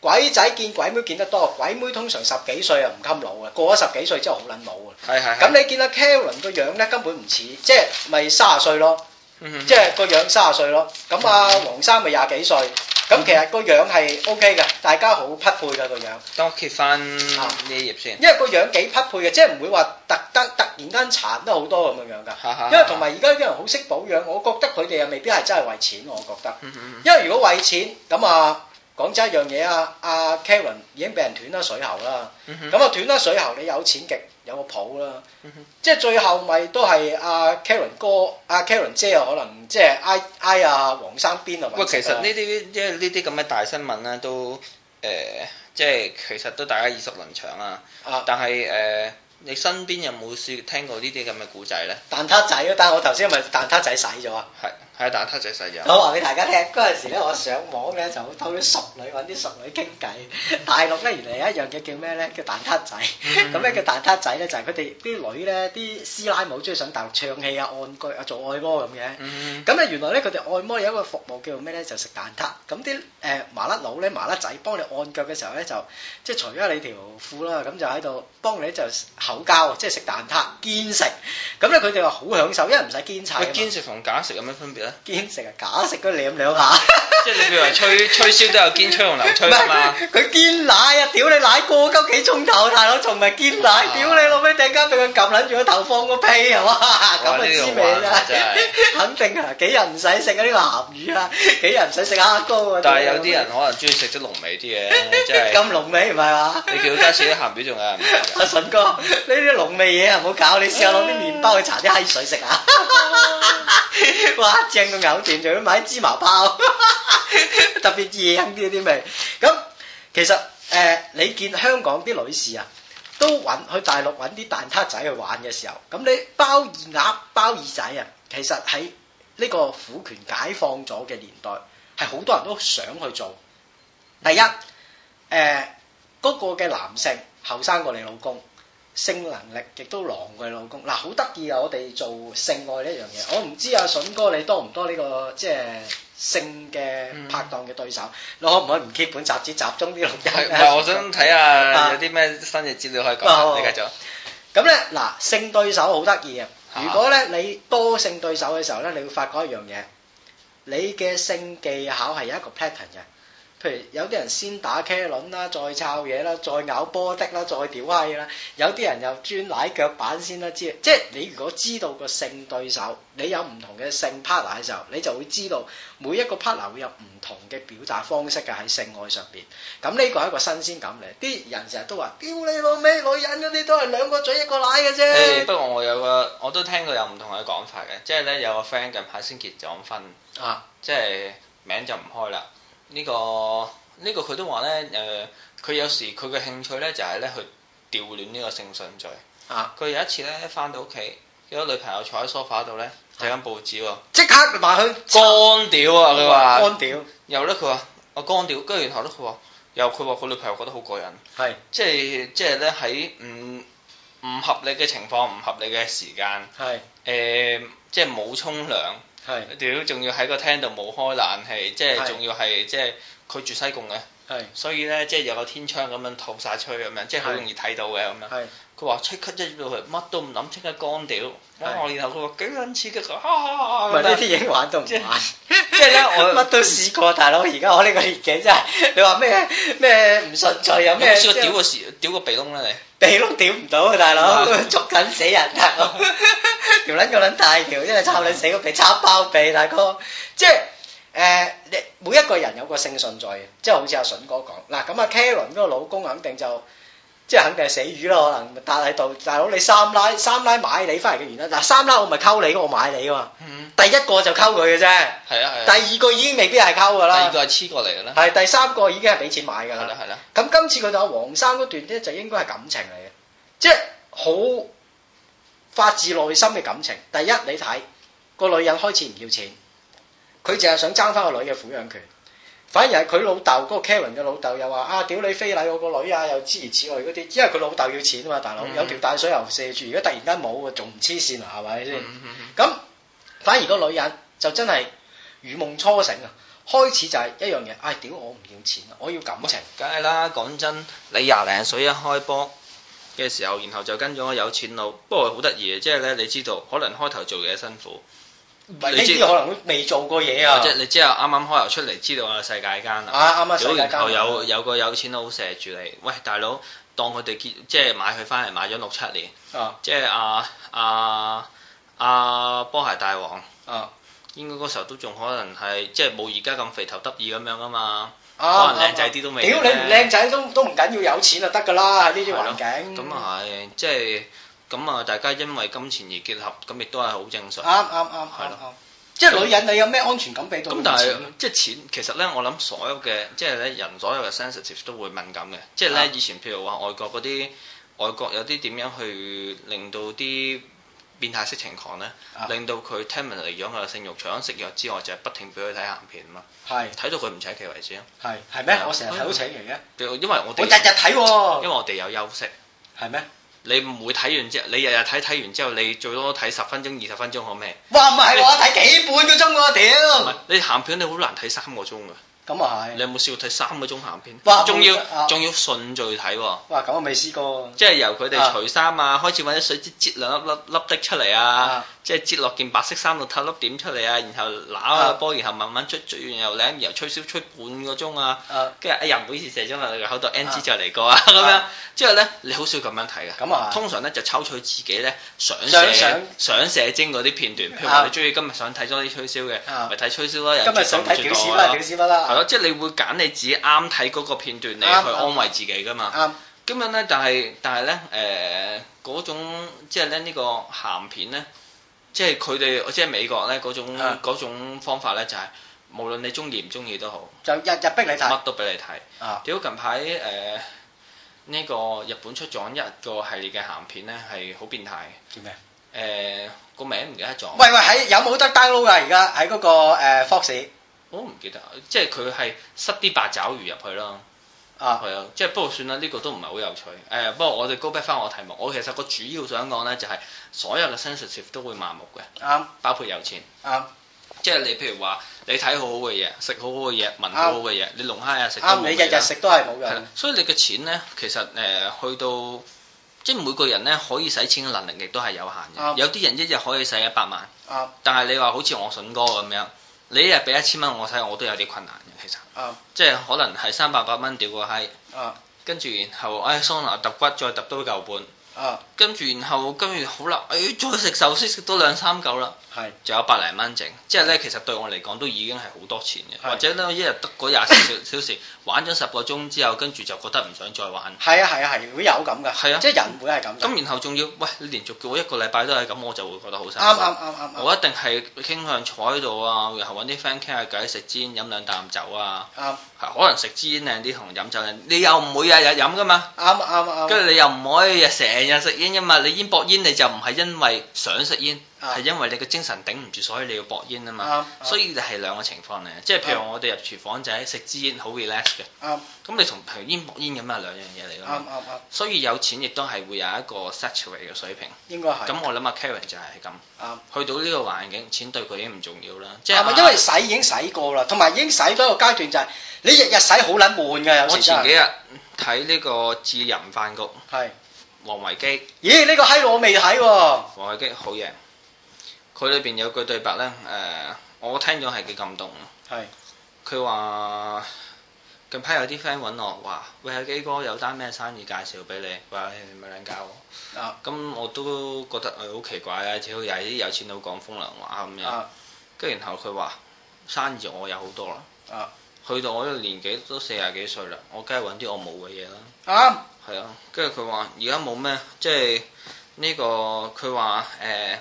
Speaker 1: 鬼仔見鬼妹見得多，鬼妹通常十幾歲啊唔襟老嘅，過咗十幾歲之後好撚老嘅。
Speaker 2: 係係係
Speaker 1: 咁你見阿 Karen 個樣咧根本唔似，即係咪卅歲咯？
Speaker 2: 嗯
Speaker 1: 即係個樣卅歲咯。咁啊，黃生咪廿幾歲。咁其實個樣係 O K 嘅，大家好匹配嘅個樣，
Speaker 2: 等我揭
Speaker 1: 啊
Speaker 2: 翻呢一頁先。
Speaker 1: 因為個樣幾匹配嘅，即係唔會話特登突然間殘得好多咁樣樣㗎。
Speaker 2: 哈哈
Speaker 1: 因為同埋而家啲人好識保養，我覺得佢哋又未必係真係為錢，我覺得。
Speaker 2: 嗯嗯嗯
Speaker 1: 因為如果為錢，咁啊講真一樣嘢啊，阿 Karen 已經俾人斷咗水喉啦。
Speaker 2: 嗯
Speaker 1: 咁
Speaker 2: 哼
Speaker 1: 啊斷咗水喉，你有錢極有個譜啦。
Speaker 2: 嗯哼
Speaker 1: 即係最後咪都係阿 Karen 哥、阿 Karen 姐啊，可能即係挨挨阿黃生邊啊。
Speaker 2: 喂，其實呢啲即係呢啲咁嘅大新聞咧，都誒即係其實都大家耳熟能詳啊。
Speaker 1: 啊
Speaker 2: 但係誒，你身邊有冇試聽過呢啲咁嘅故仔咧？
Speaker 1: 蛋撻仔咯，但係我頭先咪蛋撻仔洗咗啊！
Speaker 2: 係係蛋撻仔細啊咗。
Speaker 1: 我話俾大家聽，嗰陣時咧，我上網咧就偷啲熟女揾啲熟女傾 偈。大陸咧原來有一樣嘢叫咩咧？叫蛋撻仔。
Speaker 2: 嗯
Speaker 1: 咁咧叫蛋撻仔咧，就係佢哋啲女咧，啲師奶冇中意上大陸唱戲啊、按腳啊、做按摩咁嘅。
Speaker 2: 嗯
Speaker 1: 咁咧原來咧佢哋按摩有一個服務叫做咩咧，就食蛋撻。咁啲誒麻甩佬咧、麻甩仔幫你按腳嘅時候咧，就即係除咗你條褲啦，咁就喺度幫你就口交，啊即係食蛋撻堅食。咁咧佢哋話好享受，因為唔使堅撐啊嘛。
Speaker 2: 喂，堅食同假食有咩分別咧？
Speaker 1: 堅食啊，假食都舐兩下。
Speaker 2: 即係你譬如話 吹吹簫都有堅吹同流吹啊嘛。
Speaker 1: 唔係 佢堅奶啊！屌你奶過鳩幾鐘頭，大佬仲唔係堅奶？
Speaker 2: 啊
Speaker 1: 屌你老味，突然間俾佢撳撚住個頭放個屁係嘛？咁啊
Speaker 2: 呢個
Speaker 1: 滋
Speaker 2: 玩
Speaker 1: 味
Speaker 2: 法
Speaker 1: 啦
Speaker 2: 真係！
Speaker 1: 肯定啊，幾人唔使食啊呢個鹹魚啊，幾人唔使食蝦膏啊！
Speaker 2: 但係有啲人可能中意食啲濃味啲 嘅，即係
Speaker 1: 咁濃味唔係 嘛？
Speaker 2: 你叫家姐啲鹹魚仲有人唔食 㗎
Speaker 1: 阿筍哥，呢啲濃味嘢啊，唔好搞，你試下攞啲
Speaker 2: 嗯
Speaker 1: 麵包去搽啲閪水食 啊！哇，正到嘔掂，仲要買啲芝麻包， 特別正啲啲味。咁其實誒、呃你見香港啲女士啊，都揾去大陸揾啲蛋撻仔去玩嘅時候，咁你包二鴨、包二仔啊，其實喺呢個虎權解放咗嘅年代，係好多人都想去做。第一，誒、嗰、個嘅男性後生過你老公，性能力亦都狼過你老公。嗱，好得意啊！我哋做性愛呢一樣嘢，我唔知阿筍哥你多唔多呢、個即係性嘅拍檔嘅對手？你可唔可以唔 keep 本雜誌集中啲錄
Speaker 2: 係
Speaker 1: 音
Speaker 2: 唔
Speaker 1: 呢
Speaker 2: 係？我想睇
Speaker 1: 啊
Speaker 2: 下有啲咩新嘅資料可以
Speaker 1: 啊好
Speaker 2: 講，你繼續。
Speaker 1: 咁咧嗱，性對手好得意嘅。
Speaker 2: 嚇
Speaker 1: 如果咧你多性對手嘅時候咧，你會發覺一樣嘢，你嘅性技巧係有一個 pattern 嘅。譬如有啲人先打茄輪啦，再抄嘢啦，再咬波的啦，再屌閪啦。有啲人又專舐腳板先啦，知即係你如果知道個性對手，你有唔同嘅性 partner 嘅時候，你就會知道每一個 partner 會有唔同嘅表達方式嘅喺性愛上邊。咁呢個係一個新鮮感嚟，啲人成日都話：屌你老味，女人嗰啲都係兩個嘴一個奶嘅
Speaker 2: 誒，
Speaker 1: 啫。
Speaker 2: 不過我有個我都聽過有唔同嘅講法嘅，即係咧有個 friend 近排先結咗婚，
Speaker 1: 啊，
Speaker 2: 即係名就唔開啦。呢個呢個佢都話咧誒，佢有時佢嘅興趣咧就係咧去調亂呢個性順序。
Speaker 1: 啊！
Speaker 2: 佢有一次咧翻到屋企，見到女朋友坐喺 sofa 度咧
Speaker 1: 啊
Speaker 2: 睇緊報紙喎，
Speaker 1: 即刻埋去
Speaker 2: 乾屌啊！佢話。
Speaker 1: 乾屌，
Speaker 2: 然後咧，佢話我乾掉，跟住然後咧，佢話又佢話佢女朋友覺得好過癮，
Speaker 1: 係
Speaker 2: 即係即係咧喺唔唔合理嘅情況、唔合理嘅時間，
Speaker 1: 係
Speaker 2: 誒、呃即係冇沖涼，
Speaker 1: 係
Speaker 2: 屌仲要喺個廳度冇開冷氣，即
Speaker 1: 係
Speaker 2: 係仲要係即係佢住西貢嘅，
Speaker 1: 係
Speaker 2: 所以咧即係有個天窗咁樣吐晒出去咁樣，即係好容易睇到嘅咁樣。
Speaker 1: 係
Speaker 2: 佢話即刻一入到去，乜都唔諗，即刻乾屌。
Speaker 1: 係
Speaker 2: 哇！然後佢話幾撚刺激啊！啊
Speaker 1: 唔
Speaker 2: 咁
Speaker 1: 係
Speaker 2: 樣
Speaker 1: 呢啲已經玩都唔
Speaker 2: 即係
Speaker 1: 玩，
Speaker 2: 即係咧 我
Speaker 1: 乜都試過，大佬。而家我呢個年紀真係，你話咩咩唔順序有
Speaker 2: 有
Speaker 1: 咩
Speaker 2: 冇試過
Speaker 1: 即係
Speaker 2: 屌個時屌個鼻窿咧？你
Speaker 1: 鼻窿屌唔到啊，大佬
Speaker 2: 係
Speaker 1: 捉緊死人啊大佬， 條撚個撚大條，真係插你死個鼻，插包鼻大哥，即係。誒，你、每一個人有個性信在嘅，即係好似阿筍哥講嗱，咁阿啊 Karen 嗰個老公肯定就即係肯定係死魚啦，可能但係度大佬你三奶三奶買你翻嚟嘅原因嗱，三奶我咪溝你，我買你啊
Speaker 2: 嗯，
Speaker 1: 嘛，第一個就溝佢嘅啫，
Speaker 2: 係啊係啊。
Speaker 1: 第二個已經未必係溝噶
Speaker 2: 第
Speaker 1: 啦
Speaker 2: 二，個係黐過嚟嘅啦。
Speaker 1: 係第三個已經係俾錢買㗎
Speaker 2: 係
Speaker 1: 啦
Speaker 2: 啦。係啦。
Speaker 1: 咁今次佢同阿黃生嗰段咧，就應該係感情嚟嘅，即係好發自內心嘅感情。第一，你睇個女人開始唔要錢，佢淨係想爭翻個女嘅撫養權。反而係佢老豆嗰個 Karen 嘅老豆又話啊，屌你非禮我個女啊，又諸如此類嗰啲，因為佢老豆要錢啊嘛，大佬、
Speaker 2: 嗯
Speaker 1: 有條大水喉射住，而家突然間冇啊，仲唔黐線啊，係咪先？
Speaker 2: 嗯嗯嗯
Speaker 1: 咁反而個女人就真係如夢初醒啊，開始就係一樣嘢，唉、屌我唔要錢啊，我要感情。
Speaker 2: 梗係啦，講真，你廿零歲一開波嘅時候，然後就跟咗個有錢佬，不過好得意嘅，即係咧，你知道可能開頭做嘢辛苦，
Speaker 1: 唔係
Speaker 2: 你
Speaker 1: 呢
Speaker 2: 知
Speaker 1: 啲可能會未做過嘢啊
Speaker 2: 或，者你之後啱啱開頭出嚟，知道啊世界艱難，
Speaker 1: 啊啱啱世界
Speaker 2: 屌然後
Speaker 1: 艱難
Speaker 2: 有有個有錢佬射住你，喂大佬，當佢哋結即係買佢翻嚟買咗六七年，
Speaker 1: 啊
Speaker 2: 即係啊啊啊波鞋大王，
Speaker 1: 啊
Speaker 2: 應該嗰時候都仲可能係即係冇而家咁肥頭耷耳咁樣啊嘛，
Speaker 1: 啊
Speaker 2: 可能靚仔啲都未
Speaker 1: 屌你
Speaker 2: 定
Speaker 1: 唔
Speaker 2: 咧
Speaker 1: 靚仔都都唔緊要，有錢就得㗎啦，喺呢啲環境。
Speaker 2: 咁啊係，即係咁啊，大家因為金錢而結合，咁亦都係好正
Speaker 1: 啱
Speaker 2: 常。
Speaker 1: 啱啱
Speaker 2: 係
Speaker 1: 啱
Speaker 2: 咯
Speaker 1: 啱，即係女人你有咩安全感俾到？
Speaker 2: 啊咁但係即係錢，其實咧我諗所有嘅即係咧人所有嘅 sensitive 都會敏感嘅，即係
Speaker 1: 啊
Speaker 2: 咧以前譬如話外國嗰啲外國有啲點樣去令到啲變態色情狂咧
Speaker 1: 啊，
Speaker 2: 令到佢 terminate 咗佢嘅性慾，除咗食藥之外，就係不停俾佢睇鹹片啊嘛，
Speaker 1: 係
Speaker 2: 睇到佢唔扯旗為止咯。
Speaker 1: 係係咩
Speaker 2: 係？啊
Speaker 1: 我成日睇到請嚟嘅，
Speaker 2: 因為我
Speaker 1: 我日日
Speaker 2: 哋
Speaker 1: 睇
Speaker 2: 因為
Speaker 1: 喎，
Speaker 2: 我哋有休息。
Speaker 1: 係咩？
Speaker 2: 你唔會睇完之後，你日日睇睇完之後，你最多睇十分鐘、二十分鐘好咩？
Speaker 1: 哇唔係我睇幾半個鐘喎，
Speaker 2: 唔係
Speaker 1: 屌！
Speaker 2: 你鹹片你好難睇三個鐘㗎。
Speaker 1: 咁啊
Speaker 2: 你
Speaker 1: 係，
Speaker 2: 有冇試過睇三個鐘鹹片？
Speaker 1: 哇
Speaker 2: 仲
Speaker 1: 冇啊
Speaker 2: 要仲要順序睇喎，
Speaker 1: 哇咁我未試過。
Speaker 2: 即係由佢
Speaker 1: 啊
Speaker 2: 哋除衫啊，開始揾啲水擠擠兩粒粒粒的出嚟
Speaker 1: 啊
Speaker 2: 啊，即係擠落件白色衫度透粒點出嚟啊，然後揦
Speaker 1: 啊
Speaker 2: 個波，然後慢慢捽，捽完又舐，然後吹簫吹半個鐘啊，
Speaker 1: 啊
Speaker 2: 跟住哎呀唔好意思射咗落你個口度，N
Speaker 1: 啊
Speaker 2: G 就嚟過啊咁樣
Speaker 1: 啊，
Speaker 2: 之後咧你好少咁樣睇嘅。
Speaker 1: 咁啊係，
Speaker 2: 通常咧就抽取自己咧想
Speaker 1: 想
Speaker 2: 寫
Speaker 1: 想
Speaker 2: 想寫精嗰啲片段，譬如
Speaker 1: 啊
Speaker 2: 話你中意今日想睇多啲吹簫
Speaker 1: 啊
Speaker 2: 嘅，咪睇吹簫咯。
Speaker 1: 今日想睇屌屎啦，屌屎不
Speaker 2: 啊係咯，
Speaker 1: 啦，
Speaker 2: 即係你會揀你自己啱睇嗰個片段嚟
Speaker 1: 啱
Speaker 2: 去安慰自己噶嘛。
Speaker 1: 啱
Speaker 2: 咁樣咧，但係但係咧，誒嗰種即係咧呢個鹹片咧，即係佢哋即係美國咧嗰種
Speaker 1: 啊
Speaker 2: 嗰種方法咧，就係無論你中意唔中意都好，
Speaker 1: 就日日逼你睇
Speaker 2: 乜都俾你睇。
Speaker 1: 啊
Speaker 2: 屌近排誒呢個日本出咗一個系列嘅鹹片咧，係好變態嘅。
Speaker 1: 叫咩？
Speaker 2: 誒個名唔記得咗，
Speaker 1: 喂喂，喺有冇得 download 啊噶？而家喺嗰個誒 Fox
Speaker 2: 我唔記得，即係佢係塞啲八爪魚入去咯。
Speaker 1: 啊，
Speaker 2: 係啊，即係不過算啦，呢、個都唔係好有趣。誒、呃不過我哋 go back 翻我題目，我其實個主要想講咧就係、所有嘅 sensitive 都會麻木嘅，
Speaker 1: 啱
Speaker 2: 包括有錢。
Speaker 1: 啱
Speaker 2: 即係你譬如話，你睇好好嘅嘢，食好好嘅嘢，聞好好嘅嘢，你龍蝦啊食都
Speaker 1: 啱，
Speaker 2: 冇
Speaker 1: 你
Speaker 2: 味
Speaker 1: 日日
Speaker 2: 啦
Speaker 1: 食都係冇
Speaker 2: 係啦
Speaker 1: 用，，
Speaker 2: 所以你嘅錢咧，其實誒、去到即係每個人咧可以使錢嘅能力亦都係有限
Speaker 1: 啱
Speaker 2: 嘅。有啲人一日可以使一百萬，
Speaker 1: 啱
Speaker 2: 但係你話好似我筍哥咁樣，你一日俾一千蚊我使，我都有啲困難嘅。其實
Speaker 1: 啱
Speaker 2: 即係可能係三百八蚊屌個閪。
Speaker 1: 啊
Speaker 2: 跟住然後唉桑拿揼骨再揼多嚿半，
Speaker 1: 啊，
Speaker 2: 跟住然後跟住好啦，誒再食壽司食多兩三嚿啦，
Speaker 1: 係
Speaker 2: 仲有百零蚊剩，即係咧其實對我嚟講都已經係好多錢嘅，
Speaker 1: 係
Speaker 2: 或者咧一日得嗰廿四小小時玩咗十個鐘之後，跟住就覺得唔想再玩。
Speaker 1: 係啊係啊係，會有咁噶，
Speaker 2: 係啊
Speaker 1: 即係人會係咁㗎。
Speaker 2: 咁然後仲要，喂，你連續叫我一個禮拜都係咁，我就會覺得好辛苦。
Speaker 1: 啱啱啱啱啱
Speaker 2: 我一定係傾向坐喺度啊，然後揾啲 friend 傾下偈，食煎飲兩啖酒啊，
Speaker 1: 啱
Speaker 2: 係可能食煎靚啲同飲酒靚，你又唔會日日飲噶嘛，
Speaker 1: 啱啱啱
Speaker 2: 跟住你又唔可以日成成日食煙因嘛，你煙博煙你就唔係因為想食煙，
Speaker 1: 啊
Speaker 2: 係因為你個精神頂唔住，所以你要博煙啊啊嘛。
Speaker 1: 啱，
Speaker 2: 所
Speaker 1: 以
Speaker 2: 以係兩個情況嚟，即係譬如我哋入廚房就係食支煙好 relax 嘅，
Speaker 1: 啱
Speaker 2: 咁你同譬如煙博煙啊咁啊兩樣嘢嚟
Speaker 1: 啱
Speaker 2: 㗎嘛。
Speaker 1: 啱啱，
Speaker 2: 所以有錢亦都係會有一個 saturate 嘅水平。
Speaker 1: 應該係
Speaker 2: 咁我諗阿 Karen 就係咁，
Speaker 1: 啱。
Speaker 2: 去到呢個環境，錢對佢已經唔重要啦。
Speaker 1: 即
Speaker 2: 即
Speaker 1: 係
Speaker 2: 係
Speaker 1: 啊
Speaker 2: 啊
Speaker 1: 咪因為洗已經洗過啦，同埋已經洗到一個階段就係你日日洗好撚悶㗎，有
Speaker 2: 啊我
Speaker 1: 時
Speaker 2: 前
Speaker 1: 真
Speaker 2: 幾
Speaker 1: 係
Speaker 2: 日睇呢個智人飯局，
Speaker 1: 係。
Speaker 2: 黃維基，
Speaker 1: 咦？呢個閪佬我未睇喎，
Speaker 2: 黃維基好嘢。佢裏邊有句對白呢，誒、呃我聽咗係幾感動。
Speaker 1: 係
Speaker 2: 佢話近排有啲 friend 揾我，話喂阿基哥有單咩生意介紹俾你，話你咪撚搞我
Speaker 1: 啊
Speaker 2: 咁我都覺得誒好奇怪啊，只好有啲有錢佬講風涼話咁樣。
Speaker 1: 啊
Speaker 2: 跟住然後佢話生意我有好多啦。
Speaker 1: 啊
Speaker 2: 去到我呢個年紀都四廿幾歲啦，我梗係揾啲我冇嘅嘢啦。
Speaker 1: 啱
Speaker 2: 係啊，跟住佢話而家冇咩，即係呢、個佢話誒，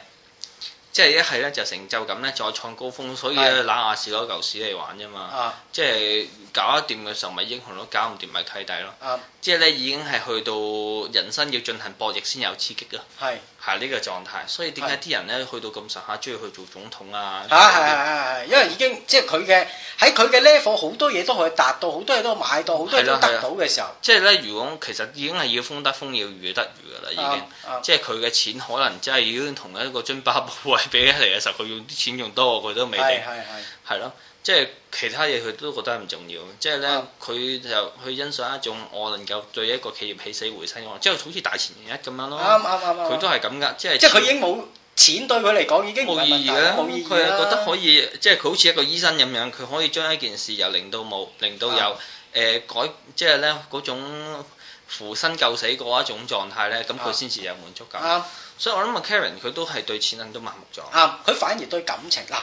Speaker 2: 即係一係咧就成就感咧再創高峰，所以咧揦下士攞嚿屎嚟玩啫嘛。
Speaker 1: 啊
Speaker 2: 即係搞得掂嘅時候咪英雄咯，搞唔掂咪契弟咯。
Speaker 1: 啱
Speaker 2: 即係咧已經係去到人生要進行博弈先有刺激咯，
Speaker 1: 係
Speaker 2: 係呢個狀態。所以點解啲人咧去到咁上下中意去做總統啊？
Speaker 1: 嚇係係係係，因為已經即係佢嘅喺佢嘅 level 好多嘢都可以達到，好多嘢都買到，好多嘢都
Speaker 2: 啊
Speaker 1: 得到嘅時候，
Speaker 2: 即係咧，如果其實已經係要風得風，要雨得雨噶啦，已經。
Speaker 1: 啱啱
Speaker 2: 即係佢嘅錢可能真係已經同一個津巴布韋比起嚟嘅時候，佢用啲錢用多過佢都未
Speaker 1: 係
Speaker 2: 定，
Speaker 1: 係係
Speaker 2: 係咯。即係其他嘢佢都覺得唔重要，即係咧
Speaker 1: 嗯
Speaker 2: 佢就去欣賞一種我能夠對一個企業起死回生嘅，即係好似大前年一咁樣咯。
Speaker 1: 啱啱啱
Speaker 2: 佢
Speaker 1: 啱
Speaker 2: 都係咁噶，即係
Speaker 1: 啊即係佢已經冇錢對佢嚟講已經唔
Speaker 2: 冇
Speaker 1: 係問
Speaker 2: 意
Speaker 1: 題
Speaker 2: 義啦。
Speaker 1: 冇意義
Speaker 2: 佢係
Speaker 1: 啦，
Speaker 2: 覺得可以，即係佢好似一個醫生咁樣，佢可以將一件事由零到冇，零到有，誒、
Speaker 1: 啊
Speaker 2: 改，即係咧嗰種扶身救死嗰一種狀態咧，咁佢
Speaker 1: 啊
Speaker 2: 先至有滿足感。
Speaker 1: 啱。
Speaker 2: 所以我諗阿 Karen 佢都係對錢銀都麻木咗，
Speaker 1: 啱，佢反而對感情嗱，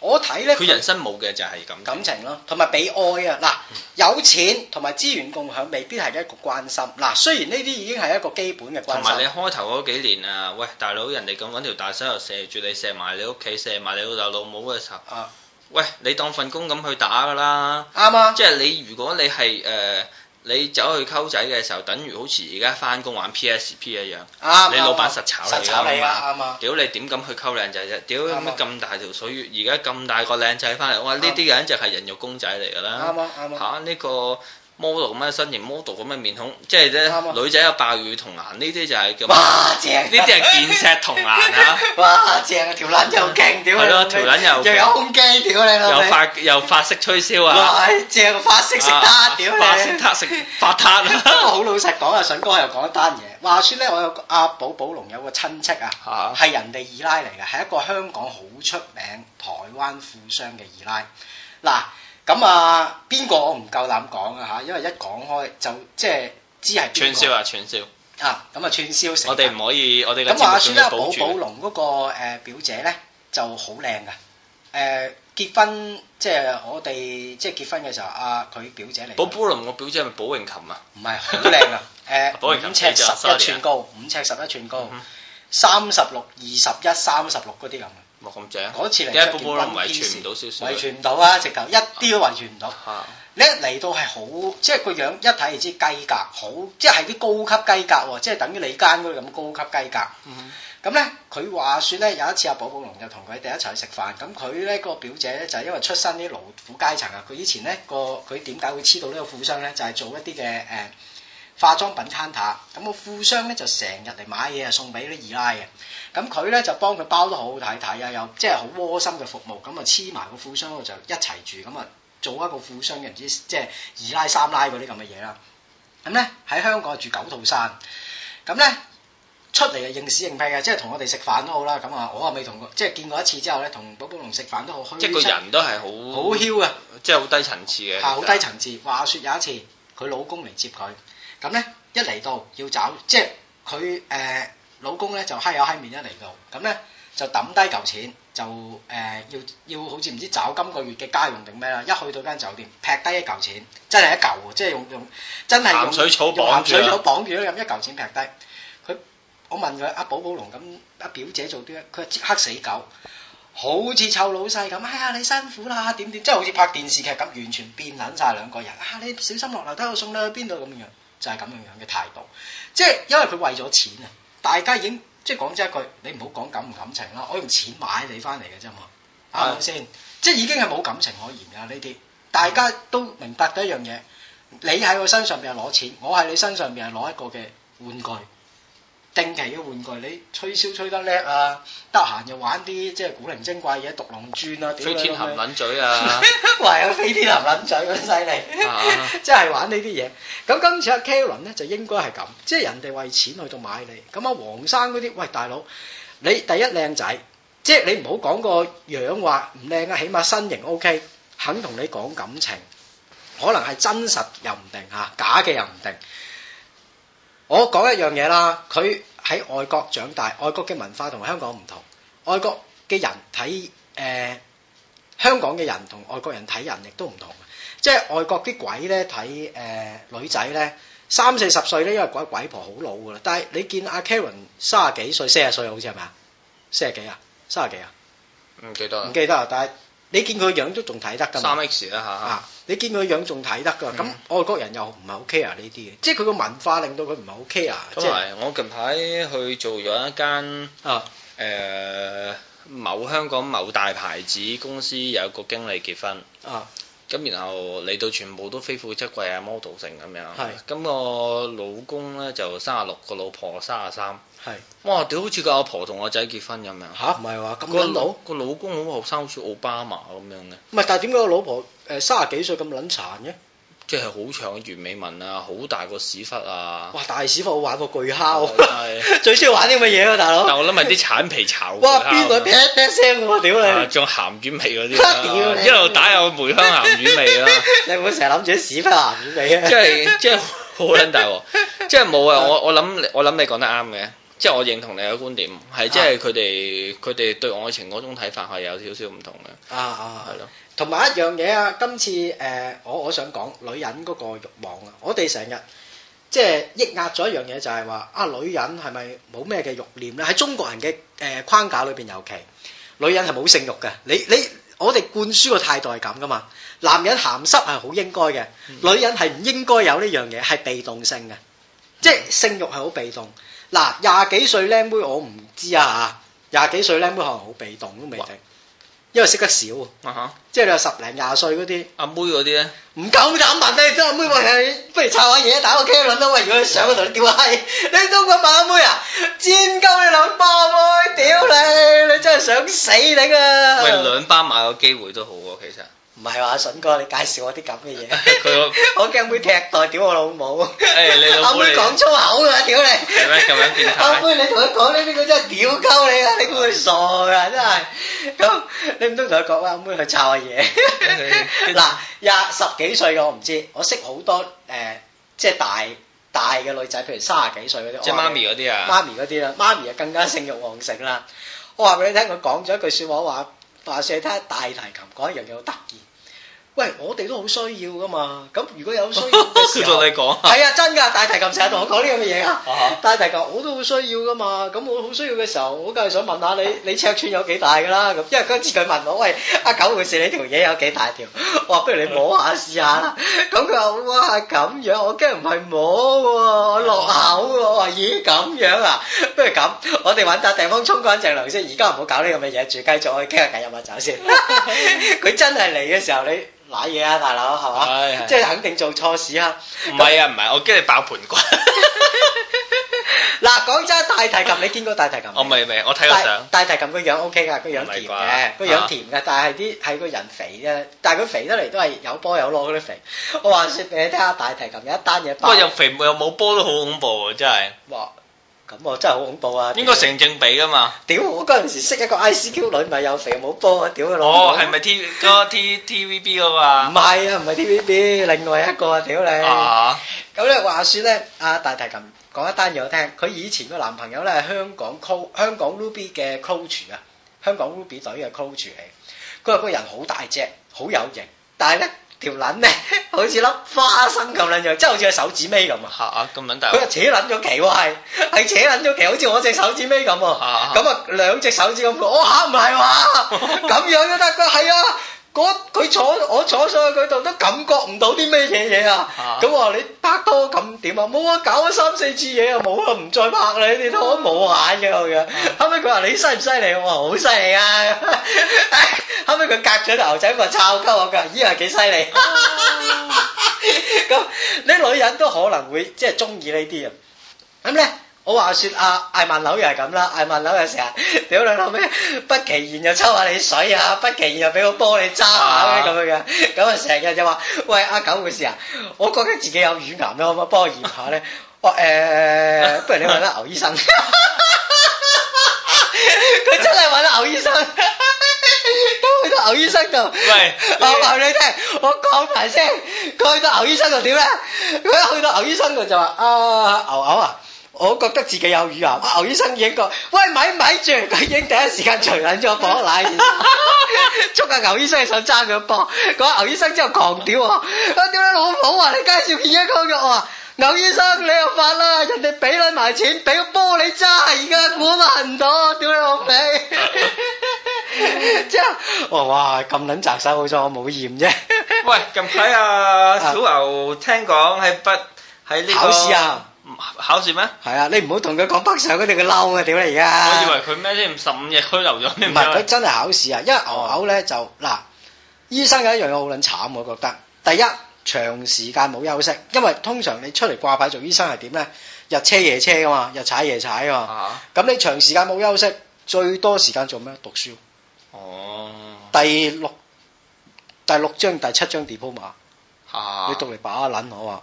Speaker 1: 我睇咧
Speaker 2: 佢人生冇嘅就係咁。
Speaker 1: 感情咯，同埋被愛啊嗱，有錢同埋資源共享未必係一個關心嗱，雖然呢啲已經係一個基本嘅關
Speaker 2: 同埋你
Speaker 1: 心，
Speaker 2: 開頭嗰幾年啊，喂大佬，人哋咁揾條大手又射住你，射埋你屋企，射埋你老豆老母嘅時候，
Speaker 1: 啊
Speaker 2: 喂你當份工咁去打㗎啦，
Speaker 1: 啱啊，
Speaker 2: 即係你如果你係誒、呃你走去溝仔嘅時候，等於好似而家翻工玩 PSP 一樣，
Speaker 1: 啱，
Speaker 2: 你老
Speaker 1: 啱
Speaker 2: 闆實炒
Speaker 1: 實
Speaker 2: 你
Speaker 1: 炒你
Speaker 2: 㗎嘛。
Speaker 1: 啊，啱啊，
Speaker 2: 屌你點敢去溝靚仔啫？屌
Speaker 1: 啱
Speaker 2: 乜
Speaker 1: 啊
Speaker 2: 咁大條水魚，而家咁大個靚仔翻嚟，哇！呢啲簡直係人肉公仔嚟㗎啦。
Speaker 1: 啱啊，啱啊，
Speaker 2: 嚇呢個 model 咁嘅身形，model 咁嘅面孔，即係咧
Speaker 1: 啱啊
Speaker 2: 女仔有爆乳同顏，呢啲就係咁，呢
Speaker 1: 哇正，呢
Speaker 2: 啲係 健碩同顏嚇，
Speaker 1: 哇正啊，條撚又勁，屌
Speaker 2: 係
Speaker 1: 你
Speaker 2: 咯
Speaker 1: 老
Speaker 2: 條
Speaker 1: 味，
Speaker 2: 撚又
Speaker 1: 又 有胸肌，屌你老
Speaker 2: 又
Speaker 1: 味，
Speaker 2: 發又發式吹簫啊，
Speaker 1: 哇正啊法式食撻，
Speaker 2: 啊
Speaker 1: 屌
Speaker 2: 發式
Speaker 1: 你。
Speaker 2: 撻食發 撻
Speaker 1: 不過
Speaker 2: 啊，
Speaker 1: 好老實講啊，筍哥又講一單嘢。話説咧，我有個阿寶寶龍有個親戚啊，
Speaker 2: 嚇
Speaker 1: 係人哋二奶嚟嘅，係一個香港好出名台灣富商嘅二奶。嗱，咁啊，邊個我唔夠膽講啊嚇，因為一講開就即係知係
Speaker 2: 串
Speaker 1: 邊
Speaker 2: 燒
Speaker 1: 個
Speaker 2: 啊串燒，
Speaker 1: 啊，咁啊串燒食。
Speaker 2: 我哋唔可以，我哋嘅
Speaker 1: 咁啊話
Speaker 2: 節目
Speaker 1: 説
Speaker 2: 仲
Speaker 1: 咧，
Speaker 2: 要
Speaker 1: 寶
Speaker 2: 保
Speaker 1: 寶
Speaker 2: 住，
Speaker 1: 龍嗰、個、呃、表姐咧就好靚㗎。誒、結婚即係我哋即係結婚嘅時候，啊佢表姐嚟㗎。
Speaker 2: 寶寶龍個表姐係咪寶詠琴啊？
Speaker 1: 唔係好靚 啊！誒，
Speaker 2: 保齡球
Speaker 1: 五尺
Speaker 2: 就
Speaker 1: 十
Speaker 2: sorry 啊
Speaker 1: 一寸高，五尺十一寸高
Speaker 2: 嗯，
Speaker 1: 三十六、二十一、三十六嗰啲咁嘅。
Speaker 2: 哇咁正，
Speaker 1: 嗰次嚟
Speaker 2: 點解
Speaker 1: 着
Speaker 2: 寶
Speaker 1: 件
Speaker 2: 寶龍
Speaker 1: one
Speaker 2: 遺傳
Speaker 1: piece，
Speaker 2: 唔到少少嘅？
Speaker 1: 遺傳唔到啊！直頭一啲都遺傳唔到。
Speaker 2: 嚇
Speaker 1: 你一嚟到係好，即係個樣一睇就知雞格，好即係啲高級雞格喎，即係等於你間嗰啲咁高級雞格。
Speaker 2: 嗯
Speaker 1: 咁咧，佢話説咧，有一次阿寶寶龍就同佢哋一齊去食飯，咁佢咧個表姐咧就係因為出身啲勞苦階層啊，佢以前咧個佢點解會黐到呢個富商咧，就係、做一啲嘅誒化妝品攤攤，咁個富商咧就成日嚟買嘢啊，送俾啲二奶嘅，咁佢咧就幫佢包得好好睇睇啊，又即係好窩心嘅服務，咁啊黐埋個富商度就一齊住，咁啊做一個富商嘅唔知即係二奶三奶嗰啲咁嘅嘢啦。咁咧喺香港住九套山，咁咧出嚟係應屎應屁嘅，即係同我哋食飯都好啦。咁啊，我啊未同過，即係見過一次之後咧，同寶寶龍食飯都好虛，
Speaker 2: 即係個人都係
Speaker 1: 好
Speaker 2: 好，
Speaker 1: 囂啊，
Speaker 2: 即係好低層次嘅，
Speaker 1: 嚇好低層次。話説有一次，佢老公嚟接佢，咁咧一嚟到要找，即係佢誒老公咧就閪有閪面一嚟到，咁咧就抌低嚿錢，就誒、呃要要好似唔知找今個月嘅家用定咩啦，一去到間酒店劈低一嚿錢，真係一嚿喎，即係用用真係用
Speaker 2: 鹹水草綁住
Speaker 1: 用
Speaker 2: 啊
Speaker 1: 鹹水草綁住咧，咁一嚿錢劈低。佢我問佢阿寶寶龍咁阿表姐做啲咩，佢話即刻死狗。好似臭老細咁，哎呀你辛苦啦，點點，即係好似拍電視劇咁，完全變撚晒兩個人。啊，你小心落樓梯，我送你去邊度咁樣，就係咁樣樣嘅態度。即係因為佢為咗錢啊，大家已經即係講真一句，你唔好講感唔感情啦，我用錢買你翻嚟嘅啫嘛，啱唔啱先？即係已經係冇感情可言㗎呢啲，大家都明白得一樣嘢，你喺我身上邊係攞錢，我喺你身上邊係攞一個嘅玩具。定期嘅玩具，你吹簫吹得叻啊！得閒又玩啲即係古靈精怪嘢，獨龍磚啊，屌
Speaker 2: 飛
Speaker 1: 你
Speaker 2: 天
Speaker 1: 老味
Speaker 2: 含撚嘴 啊！
Speaker 1: 唯有飛天林林嘴咁犀利
Speaker 2: 啊，
Speaker 1: 即係玩呢啲嘢。咁今次阿 Karen 咧就應該係咁，即係人哋為錢去到買你。咁阿黃生嗰啲，喂大佬，你第一靚仔，即係你唔好講個樣話唔靚啊，起碼身形 OK，肯同你講感情，可能係真實又唔定嚇，假嘅又唔定。我講一樣嘢啦，佢喺外國長大，外國嘅文化同香港唔同，外國嘅人睇誒。呃香港嘅人同外國人睇人亦都唔同，即係外國啲鬼咧睇誒女仔咧三四十歲咧，因為鬼鬼婆好老噶啦。但係你見阿 Karen 三十幾歲、四十歲好似係咪啊？四十幾啊？三十幾啊？
Speaker 2: 唔記得
Speaker 1: 唔
Speaker 2: 啦，
Speaker 1: 記得啦。但係你見佢樣都仲睇得㗎嘛
Speaker 2: 三？X 啦嚇
Speaker 1: 啊！你見佢樣仲睇得㗎，咁、外國人又唔係好 care 呢啲嘅，即係佢個文化令到佢唔係好 care，
Speaker 2: 同
Speaker 1: 即係
Speaker 2: 埋啊我近排去做咗一間
Speaker 1: 啊
Speaker 2: 誒、某香港某大牌子公司有個經理結婚，
Speaker 1: 啊
Speaker 2: 咁然後嚟到全部都非富則貴啊 model 成咁樣，
Speaker 1: 係
Speaker 2: 咁個老公咧就三十六，個老婆三十三，
Speaker 1: 係
Speaker 2: 哇屌，好似個阿婆同個仔結婚咁樣。
Speaker 1: 吓，唔係話咁
Speaker 2: 個
Speaker 1: 撚老，
Speaker 2: 老
Speaker 1: 唔
Speaker 2: 個老公好後生，好似奧巴馬咁樣嘅，
Speaker 1: 係但係點解個老婆誒三十幾歲咁撚殘嘅？
Speaker 2: 即係好長嘅魚尾紋啊，好大個屎忽啊，
Speaker 1: 哇！大屎忽好玩過巨烤。
Speaker 2: 係
Speaker 1: 最中意玩啲乜嘢啊，大
Speaker 2: 但
Speaker 1: 佬！
Speaker 2: 我諗係啲橙皮炒
Speaker 1: 哇，
Speaker 2: 佢
Speaker 1: 邊個劈劈聲喎，屌
Speaker 2: 啊
Speaker 1: 你！
Speaker 2: 仲有鹹魚味嗰
Speaker 1: 屌
Speaker 2: 啲啦，
Speaker 1: 你
Speaker 2: 一路打有梅香鹹魚 味啦，
Speaker 1: 你唔好成日諗住啲屎忽男嘅你啊！
Speaker 2: 即係即係好撚大鑊， 即係冇啊！我我諗你我諗你講得啱嘅，即係我認同你嘅觀點，係即
Speaker 1: 啊
Speaker 2: 係佢哋佢哋對愛情嗰種睇法係有少少唔同嘅，
Speaker 1: 啊啊！
Speaker 2: 係咯，
Speaker 1: 同埋一樣嘢啊，今次誒、呃我我想講女人嗰個慾望啊，我哋成日即係抑壓咗一樣嘢，就係話啊，女人係咪冇咩嘅慾念咧？喺中國人嘅誒、呃框架裏邊，尤其女人係冇性慾嘅。你你我哋灌輸個態度係咁噶嘛，男人鹹濕係好應該嘅，女人係唔應該有呢樣嘢，係被動性嘅，即係性慾係好被動。嗱，廿幾歲靚妹我唔知啊嚇，廿幾歲靚妹可能好被動都未定，因為識得少啊。
Speaker 2: 啊哈
Speaker 1: 即係你話十零廿歲嗰啲，
Speaker 2: 阿妹嗰啲咧，
Speaker 1: 唔夠膽問你都阿妹話係，不如抄下嘢打個 K 輪啦喂！如果你上嗰度你屌閪， 你都個馬妹啊，煎鳩你兩巴妹，屌你！你真係想死你啊！
Speaker 2: 喂兩班買個機會都好喎，其實
Speaker 1: 唔係話筍哥，你介紹我啲咁嘅嘢，
Speaker 2: 佢個
Speaker 1: 我驚妹踢袋屌我老母，
Speaker 2: 誒你
Speaker 1: 阿
Speaker 2: 老母
Speaker 1: 妹
Speaker 2: 你
Speaker 1: 講粗口㗎，屌你！
Speaker 2: 係咩咁樣變態
Speaker 1: 阿妹你同佢講呢啲，佢真係屌鳩你啊！你估佢傻㗎真係？咁你唔通同佢講喂阿妹去抄下嘢？嗱，廿十幾歲嘅我唔知，我識好多誒、呃即係大大嘅女仔，譬如三十幾歲嗰啲，
Speaker 2: 即係
Speaker 1: 我話
Speaker 2: 媽咪嗰啲
Speaker 1: 你
Speaker 2: 啊，
Speaker 1: 媽咪嗰啲啦，媽咪就更加性慾旺盛啦。我話俾你聽，佢講咗一句説話，話話説你睇下大提琴講一樣嘢好得意。喂，我哋都好需要噶嘛，咁如果有需要嘅時
Speaker 2: 佢
Speaker 1: 候
Speaker 2: 同，你講啊，
Speaker 1: 係啊，真㗎，大提琴成日同我講呢咁嘅嘢啊。
Speaker 2: 啊
Speaker 1: 大提琴我都好需要噶嘛，咁我好需要嘅時候，我梗係想問下你，你尺寸有幾大㗎啦？咁因為嗰次佢問我，喂，阿九護士你條嘢有幾大條？我話不如你摸下試下 啦。咁佢話哇咁樣，我驚唔係摸喎，我落口喎。我話咦咁樣啊？不如咁，我哋揾笪地方沖乾淨涼先。而家唔好搞呢咁嘅嘢住，繼續我哋傾下偈飲下 酒先。佢真係嚟嘅時候，你賴嘢啊，大佬係
Speaker 2: 係
Speaker 1: 嘛？
Speaker 2: 係
Speaker 1: 即係肯定做錯事啊！
Speaker 2: 唔係啊唔係，我驚你爆盤骨，
Speaker 1: 嗱，講真，大提琴你見過大提琴未？
Speaker 2: 我未未，哦我睇過相。
Speaker 1: 大大提琴個樣 O K 㗎，個樣甜
Speaker 2: 唔係
Speaker 1: 嘅
Speaker 2: 啩，
Speaker 1: 個樣甜嘅，但係啲係個人肥啫，但係佢肥得嚟都係有波有攞嗰啲肥。我話説俾你聽下，大提琴有一單嘢
Speaker 2: 不
Speaker 1: 爆
Speaker 2: 過，又肥又冇波都好恐怖喎，真係
Speaker 1: 哇！咁我真係好恐怖啊！
Speaker 2: 應該成正比噶嘛。
Speaker 1: 屌我嗰陣時識一個 I C Q 女，咪有肥冇波啊！屌佢老母
Speaker 2: 哦，係咪 T 嗰個 T TVB 嗰個
Speaker 1: 唔
Speaker 2: 啊？
Speaker 1: 係啊，唔係 T V B，另外一個啊，屌你！
Speaker 2: 啊，
Speaker 1: 咁咧話説咧，阿大提琴講一單嘢我聽，佢以前個男朋友咧係香港 co 香港 Ruby 嘅 coach 啊，香港 Ruby 隊嘅 coach 嚟。佢話個人好大隻，好有型，但係咧條撚咧 好似粒花生咁撚樣，即係好似個手指尾咁啊！
Speaker 2: 嚇啊咁撚大
Speaker 1: 佢話扯撚咗旗喎，係係扯撚咗旗，好似我隻手指尾咁喎。
Speaker 2: 啊
Speaker 1: 咁啊兩隻手指咁，我嚇唔係話咁樣都得㗎，係啊！嗰佢坐我坐上去佢度都感覺唔到啲咩嘢嘢啊！咁我話你拍拖咁點啊？冇啊，搞咗三四次嘢啊，冇啊，唔再拍你，你都冇玩嘅我嘅。後尾佢話你犀唔犀利？我話好犀利啊！ 後尾佢隔咗頭仔話抄鳩我㗎，咦係幾犀利！ 咁啲女人都可能會即係中意呢啲啊。咁咧。我話説啊，艾曼樓又係咁啦，艾曼樓又成日 屌你老味，不其然又抽下你水啊，不其然又俾個波你揸下咁樣嘅，咁啊成日就話喂阿九護士啊，我覺得自己有乳癌啦，可唔可以幫我驗下咧？我誒、呃，不如你揾下牛醫生， 佢真係揾下牛醫生。 咁去到牛醫生度，
Speaker 2: 喂
Speaker 1: 我話你聽，我講埋先。佢去到牛醫生度點咧？佢去到牛醫生度就話：啊，牛牛啊！我覺得自己有乳癌，啊牛醫生已經講：喂，咪咪住！佢已經第一時間除撚咗綁奶， 捉阿牛醫生想爭佢波。講牛醫生之後狂屌我，我屌你老母啊！你介紹健康嘅我話。牛醫生，你又發啦！人哋俾撚埋錢，俾個波你揸，而家估都唔到，屌你老味！ 之後，我哇咁撚扎手，好彩我冇驗啫。
Speaker 2: 喂，近排啊，小牛聽講喺北喺呢個
Speaker 1: 考試啊，
Speaker 2: 考試咩？
Speaker 1: 係啊，你唔好同佢講北上嗰啲，佢嬲啊！屌你而家。
Speaker 2: 我以為佢咩先十五日拘留咗咩？
Speaker 1: 唔係佢真係考試啊，因為
Speaker 2: 哦
Speaker 1: 牛牛咧就嗱，醫生有一樣嘢好撚慘，我覺得。第一，長時間冇休息，因為通常你出嚟掛牌做醫生係點咧？日車夜車噶嘛，日踩夜踩噶嘛。
Speaker 2: 啊，
Speaker 1: 咁你長時間冇休息，最多時間做咩？讀書。
Speaker 2: 哦，
Speaker 1: 第六第六章第七章 diploma，
Speaker 2: 嚇，
Speaker 1: 你讀嚟把撚我啊！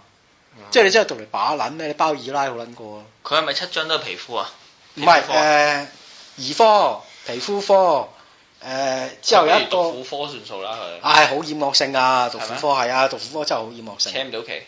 Speaker 1: 即係你真係讀嚟把撚咩？你包二奶好撚過啊！
Speaker 2: 佢係咪七張都係皮膚啊？
Speaker 1: 唔係
Speaker 2: 皮膚科啊
Speaker 1: 誒兒科、皮膚科誒之後有一個
Speaker 2: 不。如讀婦科算數啦，佢
Speaker 1: 唉，好厭惡性啊！讀
Speaker 2: 係
Speaker 1: 婦
Speaker 2: 咩
Speaker 1: 科係啊，讀婦科真係好厭惡
Speaker 2: 扯
Speaker 1: 性。
Speaker 2: 唔到旗。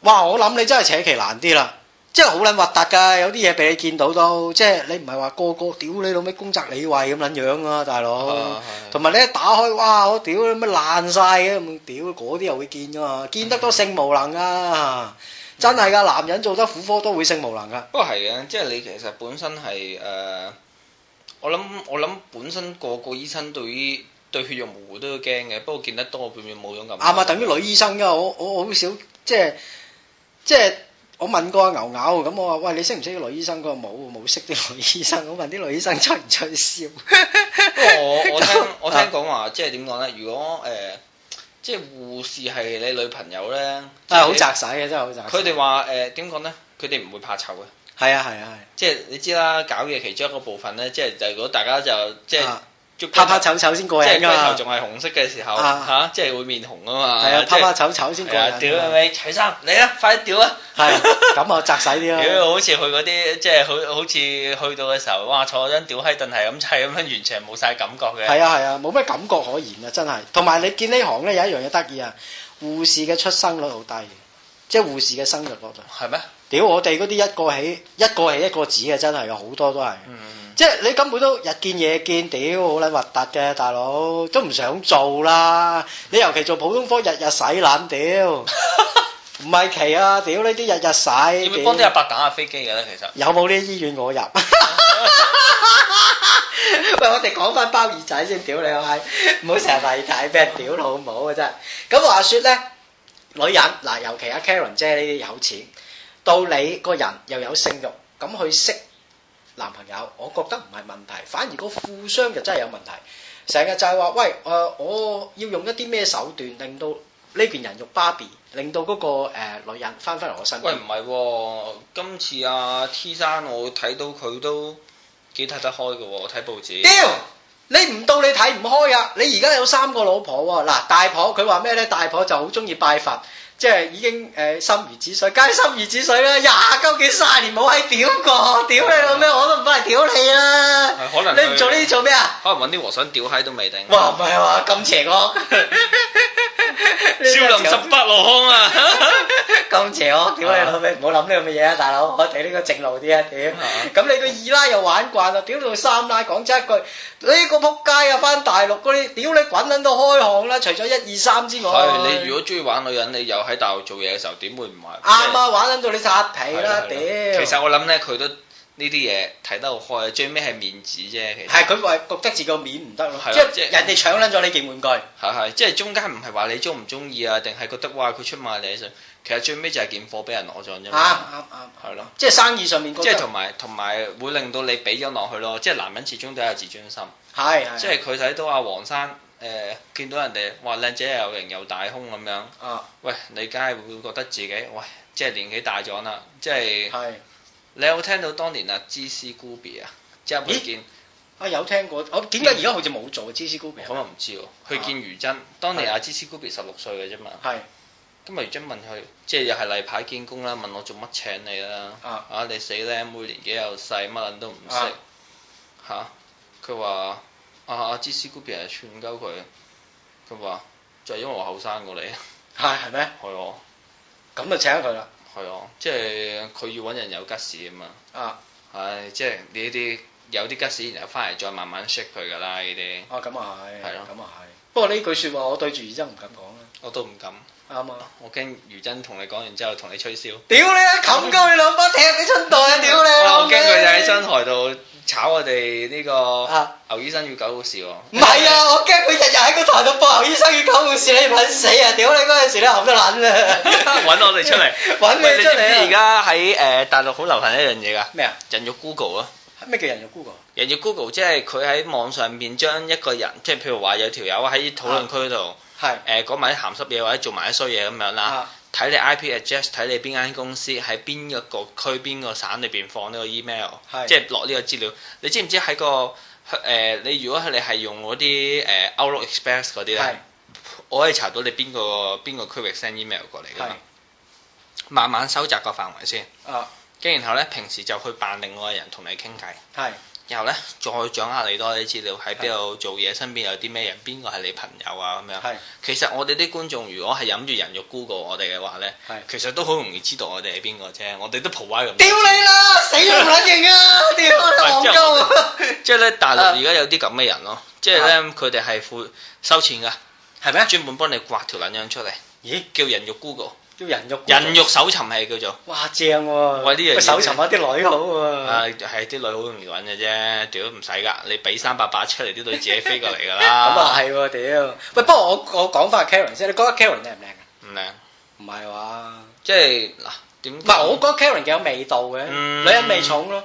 Speaker 1: 哇！我諗你真係扯旗難啲啦，即係好撚核突㗎，有啲嘢俾你見到都，即係你唔係話個個屌你老味公責你位咁撚樣啊，大佬
Speaker 2: 啊。係
Speaker 1: 同埋你一打開，哇！我屌你乜爛晒嘅咁，屌嗰啲又會見㗎嘛，見得多性無能
Speaker 2: 嗯
Speaker 1: 啊！真係㗎，男人做得婦科都會性無能㗎。
Speaker 2: 不過係嘅，即係你其實本身係誒、呃我諗我諗本身個個醫生對於對血肉模糊都要驚嘅，不過見得多會唔會冇種感覺？
Speaker 1: 啱啊，等於女醫生㗎，我我我好少即係即係我問過阿牛牛咁，我話喂你識唔識啲女醫生？佢話冇冇識啲女醫生，我 問啲女醫生吹唔吹簫？啊
Speaker 2: 不過我我 聽我聽講話，即係點講咧？如果誒、呃即係護士係你女朋友咧，即係
Speaker 1: 啊好
Speaker 2: 你
Speaker 1: 窄使嘅真係好窄使。
Speaker 2: 佢哋話誒點講咧？佢哋唔會怕醜嘅。
Speaker 1: 係啊係啊
Speaker 2: 即係你知啦，搞嘢其中一個部分咧，即係就如果大家就即
Speaker 1: 係
Speaker 2: 係
Speaker 1: 啊，
Speaker 2: 捉
Speaker 1: 拍拍醜醜先過
Speaker 2: 即
Speaker 1: 癮
Speaker 2: 係
Speaker 1: 㗎
Speaker 2: 龜頭
Speaker 1: 嘛，
Speaker 2: 仲係紅色嘅時候嚇、
Speaker 1: 啊
Speaker 2: 即係會面紅啊嘛。
Speaker 1: 係啊
Speaker 2: 即
Speaker 1: 拍
Speaker 2: 係
Speaker 1: 拍醜醜先過
Speaker 2: 係啊，屌你
Speaker 1: 癮啊。
Speaker 2: 咪除衫，你啊，快啲屌啊！
Speaker 1: 係咁啊窄使啲
Speaker 2: 屌，
Speaker 1: 啦。
Speaker 2: 好似去嗰啲即係好好似去到嘅時候，哇，坐張屌閪凳係咁砌咁樣，完全冇晒感覺嘅。
Speaker 1: 係啊係啊，冇咩感覺可言啊，真係。同埋你見呢行咧有一樣嘢得意啊，護士嘅出生率好低，即係護士嘅生育率啊。
Speaker 2: 係咩？
Speaker 1: 屌我哋嗰啲一個起一個起一個止嘅，真係有好多都係，
Speaker 2: 嗯，
Speaker 1: 即係你根本都日見夜見，屌好撚核突嘅大佬，都唔想做啦。你尤其做普通科，日日洗撚屌， 唔係奇啊！屌呢啲日日
Speaker 2: 要唔
Speaker 1: 洗，
Speaker 2: 要幫啲
Speaker 1: 屌
Speaker 2: 阿伯打下飛機嘅咧？ 其實
Speaker 1: 有冇呢啲醫院我入？喂，我哋講翻包耳仔先，屌你老閪，唔好成日例睇俾人屌老母啊真係。咁話説咧，女人嗱，尤其阿 Karen 姐呢啲有錢，到你個人又有性慾，咁去識男朋友，我覺得唔係問題，反而個富商就真係有問題。成日就係話，喂，誒、我要用一啲咩手段令到呢件人肉芭比，令到嗰、個、呃、女人翻返嚟我身
Speaker 2: 喂
Speaker 1: 邊。
Speaker 2: 唔係喎，今次阿 T 生我睇到佢都幾睇得開嘅喎，我睇報紙。
Speaker 1: 屌！你唔到你睇唔開啊！你而家有三個老婆喎、嗱大婆佢話咩咧？大婆就好中意拜佛，即係已經誒、呃心如止水，梗係心如止水啦！廿鳩幾卅年冇喺屌過，屌你老咩？我都唔翻嚟屌你啦！
Speaker 2: 係可能
Speaker 1: 你唔
Speaker 2: 佢
Speaker 1: 做呢啲做咩啊？
Speaker 2: 可能揾啲和尚屌閪都未定。
Speaker 1: 哇，唔係話咁邪 惡，
Speaker 2: 少林十八羅 漢啊！
Speaker 1: 咁邪惡，屌你老味，唔好諗呢咁嘅嘢啊，大佬，我哋呢個正路啲啊，屌！咁你個二奶又玩慣啦，屌到三奶講真一句，呢個仆街啊，翻大陸嗰啲，屌你滾撚到開行啦，除咗一二三之外，
Speaker 2: 係你如果中意玩女人，你又喺
Speaker 1: À,
Speaker 2: 大陸做嘢嘅時候，點會唔玩？
Speaker 1: 啱啊，玩撚到你擦皮啦，屌！
Speaker 2: 係啦係啦其實我諗咧，佢都呢啲嘢睇得好開，最尾係面子啫，其實
Speaker 1: 係佢話覺得自己個面唔得咯，
Speaker 2: 係啊
Speaker 1: 即
Speaker 2: 即
Speaker 1: 係
Speaker 2: 係
Speaker 1: 人哋搶撚咗呢件玩具，
Speaker 2: 係係，即係中間唔係話你中唔中意啊，定係覺得哇佢出賣你上，其實最尾就係件貨俾人攞咗啫
Speaker 1: 啱
Speaker 2: 嘛，
Speaker 1: 啱啱，
Speaker 2: 係咯，
Speaker 1: 即係生意上啊面覺
Speaker 2: 即係
Speaker 1: 得
Speaker 2: 同埋同埋會令到你俾咗落去咯，即係男人始終都有自尊心，
Speaker 1: 係係，
Speaker 2: 即係佢睇到阿黃生誒、呃、見到人哋哇靚仔又型又大胸咁樣，
Speaker 1: 啊
Speaker 2: 喂你梗係會覺得自己喂即係年紀大咗啦，即係
Speaker 1: 係
Speaker 2: 你有冇聽到當年啊芝士 Gubi 啊，即係佢
Speaker 1: 咦
Speaker 2: 見
Speaker 1: 啊有聽過，我點解而家好似冇做芝士糕餅？
Speaker 2: 我啊又唔知喎，
Speaker 1: 啊
Speaker 2: 佢見余真，當年阿芝士 Gubi 十六歲嘅啫嘛。
Speaker 1: 係
Speaker 2: 咁黎真問佢，即係又係例牌見工啦，問我做乜請你啦？
Speaker 1: 啊
Speaker 2: 啊你死靚妹年紀又細，乜撚都唔識
Speaker 1: 啊
Speaker 2: 嚇。佢話啊阿芝士姑別人串鳩佢，佢話就係因為我後生過你，
Speaker 1: 啊係係咩？
Speaker 2: 係我
Speaker 1: 咁就請佢啦，
Speaker 2: 係我，即係佢要揾人有吉事啊嘛。
Speaker 1: 啊
Speaker 2: 唉，即係你呢啲有啲吉事，然後翻嚟再慢慢 shake 佢㗎啦呢啲，
Speaker 1: 哦咁啊係，
Speaker 2: 係咯
Speaker 1: 咁啊係。不過呢句説話我對住而家唔敢講啦，
Speaker 2: 我都唔敢，
Speaker 1: 啱啊！
Speaker 2: 我驚余真同你講完之後同你吹簫。
Speaker 1: 屌你啊！冚鳩你兩巴，踢你春袋啊！屌你！
Speaker 2: 哇哦我驚佢哋喺
Speaker 1: 身
Speaker 2: 新台度炒我哋呢
Speaker 1: 啊
Speaker 2: 個牛醫生與狗護士喎。
Speaker 1: 唔係 啊！我驚佢日日喺個台度播牛醫生與狗護士，你唔撚死啊！屌你嗰陣時你冚得撚啦！
Speaker 2: 揾我哋 出嚟，
Speaker 1: 揾你
Speaker 2: 喂
Speaker 1: 出嚟啊
Speaker 2: 知唔知而家喺誒大陸好流行一樣嘢㗎，
Speaker 1: 咩啊？
Speaker 2: 人肉 Google 啊！
Speaker 1: 咩叫人肉 Google？
Speaker 2: 人肉 Google 即係佢喺網上面將一個人，即係譬如話有條友喺討論區度
Speaker 1: 係
Speaker 2: 誒講埋啲鹹濕嘢或者做埋啲衰嘢咁樣啦，
Speaker 1: 啊
Speaker 2: 睇你 IP address，睇你邊間公司喺邊一個區邊個省裏邊放呢個 email，
Speaker 1: 係
Speaker 2: 即係落呢個資料。你知唔知喺個誒你如果你係用嗰啲誒 Outlook Express 嗰啲咧
Speaker 1: 係？
Speaker 2: 我可以查到你邊個邊個區域 send email 過嚟㗎
Speaker 1: 係
Speaker 2: 嘛，慢慢收窄個範圍先，
Speaker 1: 啊
Speaker 2: 跟然後咧平時就去扮另外一個人同你傾偈，
Speaker 1: 係
Speaker 2: 然後咧再掌握你多啲資料喺邊度做嘢，身邊有啲咩人，邊個係你朋友啊咁樣。
Speaker 1: 係
Speaker 2: 其實我哋啲觀眾如果係飲住人肉 Google 我哋嘅話咧
Speaker 1: 係，
Speaker 2: 其實都好容易知道我哋係邊個啫，我哋都 provide 咁。
Speaker 1: 屌你啦！死都唔撚認啊！ 屌
Speaker 2: 係
Speaker 1: 你戇
Speaker 2: 即係
Speaker 1: 鳩啊！
Speaker 2: 即係咧，大
Speaker 1: 啊
Speaker 2: 陸而家有啲咁嘅人咯，即係咧佢哋係付收錢㗎，
Speaker 1: 係咩？
Speaker 2: 專門幫你刮條撚樣出嚟，
Speaker 1: 咦？
Speaker 2: 叫人肉 Google，
Speaker 1: 叫人肉
Speaker 2: 人肉搜尋器叫做。
Speaker 1: 哇正喎！
Speaker 2: 喂呢樣嘢
Speaker 1: 搜尋下啲女好喎。
Speaker 2: 啊，係啲女好容易揾嘅啫，屌唔使㗎，你俾三百八出嚟，啲女自己飛過嚟㗎 啦。
Speaker 1: 咁啊係喎屌！喂，不過我我講翻 Karen 先，你覺得 Karen 靚唔靚啊？
Speaker 2: 唔靚，
Speaker 1: 唔係話，
Speaker 2: 即係嗱點
Speaker 1: 唔
Speaker 2: 講？
Speaker 1: 係我覺得 Karen 幾有味道嘅，
Speaker 2: 嗯
Speaker 1: 女人味重咯。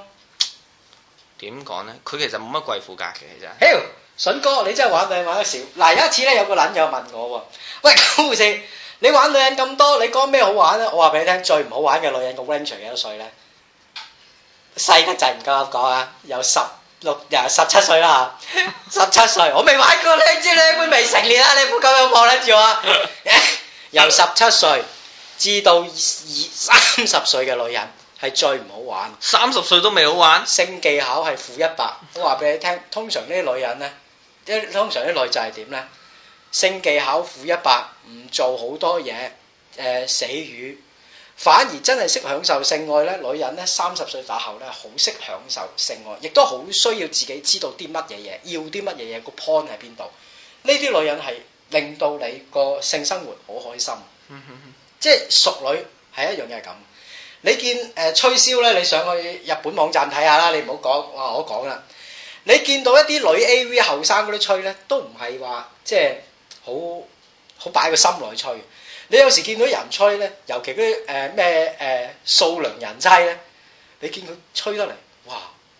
Speaker 2: 點講咧？佢其實冇乜貴婦格嘅， 其實
Speaker 1: 屌，筍哥，你真係玩女人玩得少。嗱，有一次咧，有個撚友問我喎，喂，九護士，你玩女人咁多，你講咩好玩咧？我話俾你聽，最唔好玩嘅女人個 range 係幾多歲咧？細得滯唔夠膽講啊，有十六又十七歲啦嚇，十七歲，我未玩過靚知靚妹未成年啦，你唔好咁樣望撚住我啊！ 由十七歲至到二三十歲嘅女人係最唔好玩。
Speaker 2: 三十歲都未好玩。
Speaker 1: 性技巧係負一百。我話俾你聽，通常呢啲女人咧，一通常啲女就係點咧？性技巧負一百，唔做好多嘢，誒、死魚。反而真係識享受性愛咧，女人咧三十歲打後咧，好識享受性愛，亦都好需要自己知道啲乜嘢嘢，要啲乜嘢嘢，個 point 喺邊度。呢啲女人係令到你個性生活好開心。即係熟女係一樣嘢係咁。你見誒、呃吹簫咧，你上去日本網站睇下啦，你唔好講，哇啊我講啦。你見到一啲女 A.V. 後生嗰啲吹咧，都唔係話即係好好擺個心內吹。你有時見到人吹咧，尤其嗰啲誒咩誒數量人妻咧，你見佢吹得嚟，哇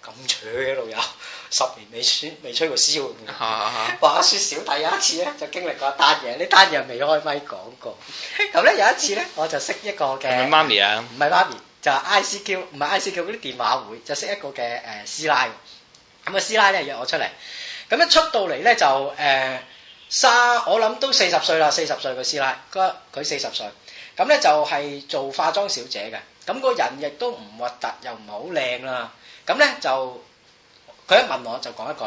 Speaker 1: 咁扯嘅老友， 十年未吹未吹過簫咁樣。話説小弟有一次咧就經歷過一單嘢，呢單嘢未開咪講過。咁咧有一次咧我就識一個
Speaker 2: 係咪
Speaker 1: 嘅，
Speaker 2: 媽咪啊？
Speaker 1: 唔係媽咪，就係 I C Q，唔係 I C Q 嗰啲電話會，就識一個嘅誒師奶。咁啊師奶咧約我出嚟，咁一出到嚟咧就誒沙，我諗都四十歲啦，四十歲個師奶，佢佢四十歲，咁咧就係做化妝小姐嘅，咁個人亦都唔核突，又唔係好靚啦。咁咧就佢一問我就講一句：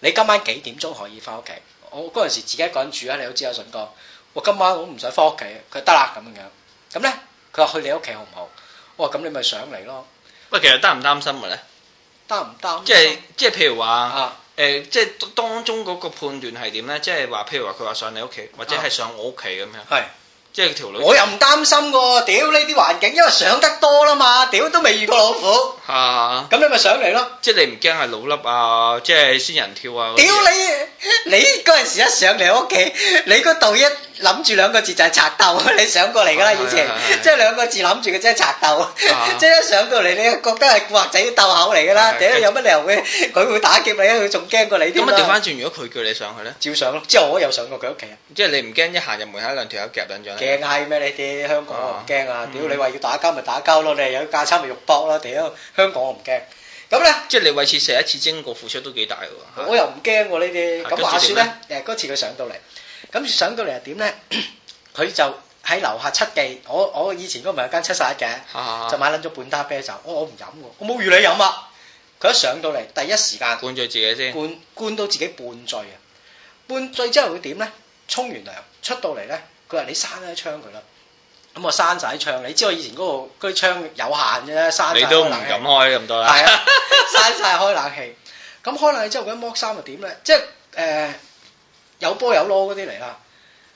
Speaker 1: 你今晚幾點鐘可以翻屋企？我嗰陣時自己一個人住啊，你都知啊，順哥。我今晚我唔使翻屋企，佢得啦咁樣樣。咁咧佢話去你屋企好唔好？我話咁你咪上嚟咯，
Speaker 2: 喂，其實擔唔擔心嘅咧？
Speaker 1: 得唔得？
Speaker 2: 即係即係譬如話
Speaker 1: 啊
Speaker 2: 誒，即係當中嗰個判斷係點咧？即係話譬如話佢話上你屋企，或者係上我屋企咁樣，
Speaker 1: 係。
Speaker 2: 即係條女
Speaker 1: 我又唔擔心喎，屌呢啲環境，因為上得多啦嘛，屌都未遇過老虎，
Speaker 2: 嚇，
Speaker 1: 咁你咪上嚟咯。
Speaker 2: 即係你唔驚係老笠啊，即係仙人跳啊嗰啲
Speaker 1: 屌
Speaker 2: 嘢
Speaker 1: 你！你嗰陣時一上嚟屋企，你嗰度一諗住兩個字就係賊鬥， 你上過嚟㗎啦以前
Speaker 2: 啊係係係，啊
Speaker 1: 即係兩個字諗住嘅啫，賊鬥。即係一上到嚟，你覺得係古惑仔鬥口嚟㗎啦。
Speaker 2: 係
Speaker 1: 屌有乜理由會佢會打劫你啊？佢仲驚過你添
Speaker 2: 咁啊，調
Speaker 1: 啦。
Speaker 2: 翻轉，如果佢叫你上去咧，
Speaker 1: 照上咯，之後我又上過佢屋企啊。
Speaker 2: 即係你唔驚一行入門口兩條友夾緊咗咧？
Speaker 1: 驚閪咩？你啲香港我唔驚啊！
Speaker 2: 啊
Speaker 1: 屌
Speaker 2: 嗯
Speaker 1: 你話要打交咪打交咯，你有架撐咪肉搏咯，屌香港我唔驚。咁咧
Speaker 2: 即係你為此射一次精個付出都幾大嘅喎。
Speaker 1: 我又唔驚喎呢啲。
Speaker 2: 啊
Speaker 1: 咁
Speaker 2: 跟住
Speaker 1: 話説咧，誒嗰次佢上到嚟，咁上到嚟又點咧？ 佢就喺樓下七記，我我以前嗰咪有間七十一嘅，
Speaker 2: 嚇
Speaker 1: 就買撚咗半打啤酒，我我唔飲喎，我冇預你飲啊！佢一上到嚟，第一時間
Speaker 2: 灌醉自己先，
Speaker 1: 灌灌到自己半醉啊！半醉之後會點咧？沖完涼出到嚟咧，佢話你閂咗一窗佢啦。咁我閂晒窗，你知我以前嗰、個嗰啲窗有限嘅啫，閂晒
Speaker 2: 你都唔
Speaker 1: 開冷氣
Speaker 2: 敢開咁多啦。
Speaker 1: 係啊，閂晒開冷氣。咁開冷氣之後，佢一剝衫就點咧？即係誒、呃有波有攞嗰啲嚟啦。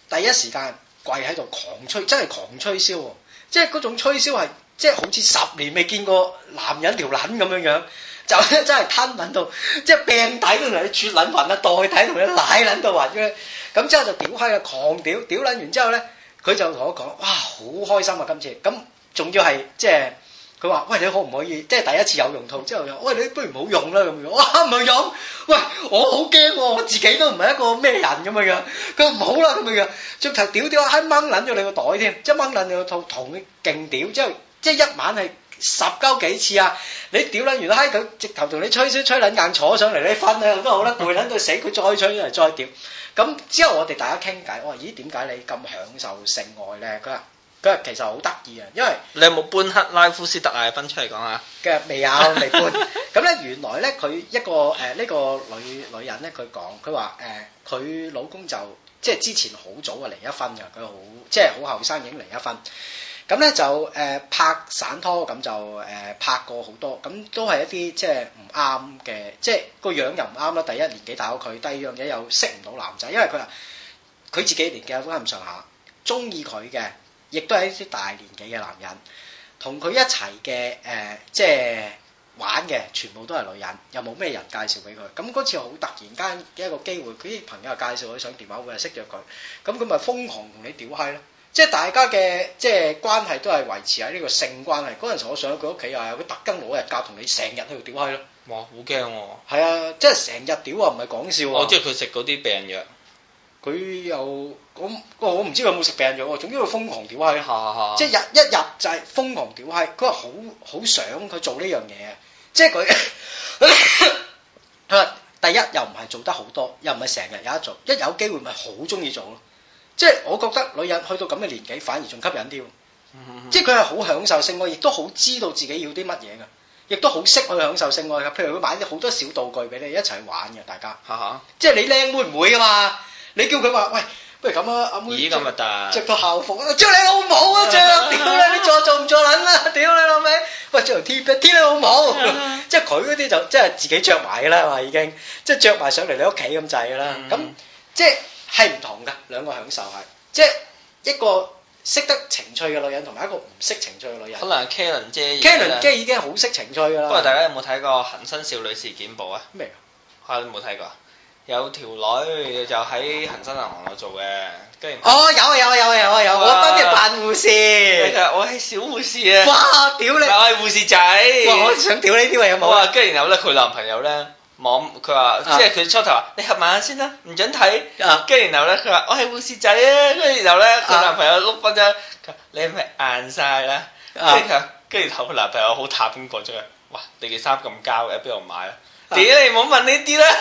Speaker 1: 第一時間跪喺度狂吹，真係狂吹簫喎！即係嗰種吹簫係即係好似十年未見過男人條撚咁樣樣。就 真係吞撚到，即係病底都同你啜撚暈啦，袋底同你奶撚到暈嘅，咁之後就屌閪啦，狂屌，屌撚完之後咧，佢就同我講：哇，好開心啊！今次咁仲要係即係佢話：喂，你可唔可以即係第一次有用套之後又喂你不如唔好用啦咁樣。 我話唔係用，喂我好驚喎，我自己都唔係一個咩人咁樣樣。佢話唔好啦咁樣樣，最頭屌屌閪掹撚咗你個袋添，即係掹撚你個套同佢勁屌，之後即係一晚係十鳩幾次啊！你屌撚完啦閪佢直頭同你吹水吹撚硬坐上嚟，你瞓喺度都好啦，攰撚到死，佢再吹嚟再屌。咁之後我哋大家傾偈，我話咦點解你咁享受性愛咧？佢話佢話其實好得意啊，因為
Speaker 2: 你有冇搬克拉夫斯特艾芬出嚟講下？
Speaker 1: 嘅未有未搬。咁咧原來咧佢一個呃誒呢、個女女人咧，佢講佢話誒佢老公就即係之前好早啊離咗婚㗎，佢好即係好後生已經離咗婚。咁咧就誒、拍散拖，咁就誒、拍過好多，咁都係一啲即係唔啱嘅，即係個樣又唔啱啦。第一年紀大過佢，第二樣嘢又識唔到男仔，因為佢話佢自己年紀有翻咁上下，中意佢嘅，亦都係一啲大年紀嘅男人，同佢一齊嘅誒，即係玩嘅全部都係女人，又冇咩人介紹俾佢。咁嗰次好突然間嘅一個機會，佢啲朋友又介紹佢上電話會係識咗佢，咁佢咪瘋狂同你屌閪咯。即係大家嘅即係關係都係維持喺呢個性關係。嗰陣時我上咗佢屋企啊，佢特登攞日假同你成日喺度屌閪咯。
Speaker 2: 哇，好驚喎！
Speaker 1: 係啊，即係成日屌啊，唔係講笑啊
Speaker 2: 我。知佢食嗰啲病藥，
Speaker 1: 佢又咁，我我唔知佢有冇食病藥喎。總之佢瘋狂屌閪咯。
Speaker 2: 下下
Speaker 1: 即係日一日就係瘋狂屌閪，佢話好好想佢做呢樣嘢啊！即係佢佢話第一又唔係做得好多，又唔係成日有得做，一有機會咪好中意做咯。即係我覺得女人去到咁嘅年紀反而仲吸引啲喎，
Speaker 2: 係
Speaker 1: 即係佢係好享受性愛，亦都好知道自己要啲乜嘢㗎，亦都好識去享受性愛㗎。譬如佢買啲好多小道具俾你一齊去玩嘅，大家
Speaker 2: 下下，
Speaker 1: 即係你靚妹唔會㗎嘛？你叫佢話喂，不如咁啊，阿妹
Speaker 2: 咦咁
Speaker 1: 着
Speaker 2: 核突！
Speaker 1: 個校服啊！屌你老母啊！着屌你，你做做唔做撚 啦！屌你老味！喂，着條 T 恤，屌你老母！
Speaker 2: 啊
Speaker 1: 即係佢嗰啲就即係自己着埋㗎啦，係咪已經即係着埋上嚟你屋企咁滯㗎啦。咁、
Speaker 2: 嗯
Speaker 1: 即係係唔同㗎，兩個享受係即係一個識得情趣嘅女人，同埋一個唔識情趣嘅女人
Speaker 2: 可。能 Karen 姐而家
Speaker 1: Karen 機已經好識情趣㗎
Speaker 2: 不過
Speaker 1: 啦。
Speaker 2: 大家有冇睇過《恒生少女事件簿》啊？
Speaker 1: 咩啊？
Speaker 2: 嚇，你冇睇過啊？有條女就喺恒生銀行度做嘅，跟住
Speaker 1: 哦，有啊有啊有啊有啊有啊！我
Speaker 2: 哇
Speaker 1: 當年扮護
Speaker 2: 佢就
Speaker 1: 士。
Speaker 2: 話我係小護士啊，
Speaker 1: 哇！屌你！
Speaker 2: 我係護士仔。
Speaker 1: 哇！我想屌呢啲位有冇
Speaker 2: 我
Speaker 1: 啊？
Speaker 2: 話跟住然後咧，佢男朋友咧網佢話，
Speaker 1: 啊
Speaker 2: 即係佢初頭話你合埋眼先啦，唔准睇。
Speaker 1: 啊
Speaker 2: 跟住然後咧，佢話我係護士仔啊。跟住然後咧，佢
Speaker 1: 啊
Speaker 2: 男朋友碌翻張，佢話你係咪硬晒啦？
Speaker 1: 啊
Speaker 2: 跟住佢話，跟住然後佢男朋友好淡咁過咗去，哇！你件衫咁膠嘅，邊度買啊？
Speaker 1: 啊
Speaker 2: 屌你唔好問呢啲啦！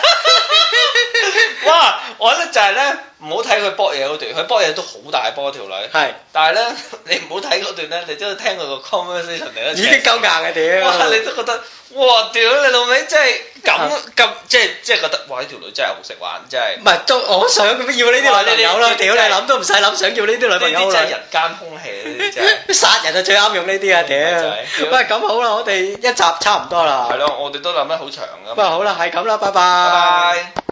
Speaker 2: 哇！我覺得就係咧，唔好睇佢搏嘢嗰段，佢搏嘢都好大波條女，
Speaker 1: 係
Speaker 2: 但係咧 你唔好睇嗰段咧，你都要聽佢個 conversation 嚟得
Speaker 1: 已經夠硬嘅屌。
Speaker 2: 哇！你都覺得哇！屌你老味，真係咁咁，即係即係覺得哇！呢條女真係好識玩，真係
Speaker 1: 唔係都我想咁樣要呢啲女朋友啦，屌你諗都唔使諗，想要呢啲女朋
Speaker 2: 呢
Speaker 1: 友
Speaker 2: 啲真係
Speaker 1: 啦。
Speaker 2: 人間空氣，呢啲真 係
Speaker 1: 殺人就最啱用呢啲啊！屌，喂咁好啦，我哋一集差唔多啦
Speaker 2: 係，咯，我哋都諗得好長噶。
Speaker 1: 喂好啦，係咁啦，拜拜
Speaker 2: 拜拜。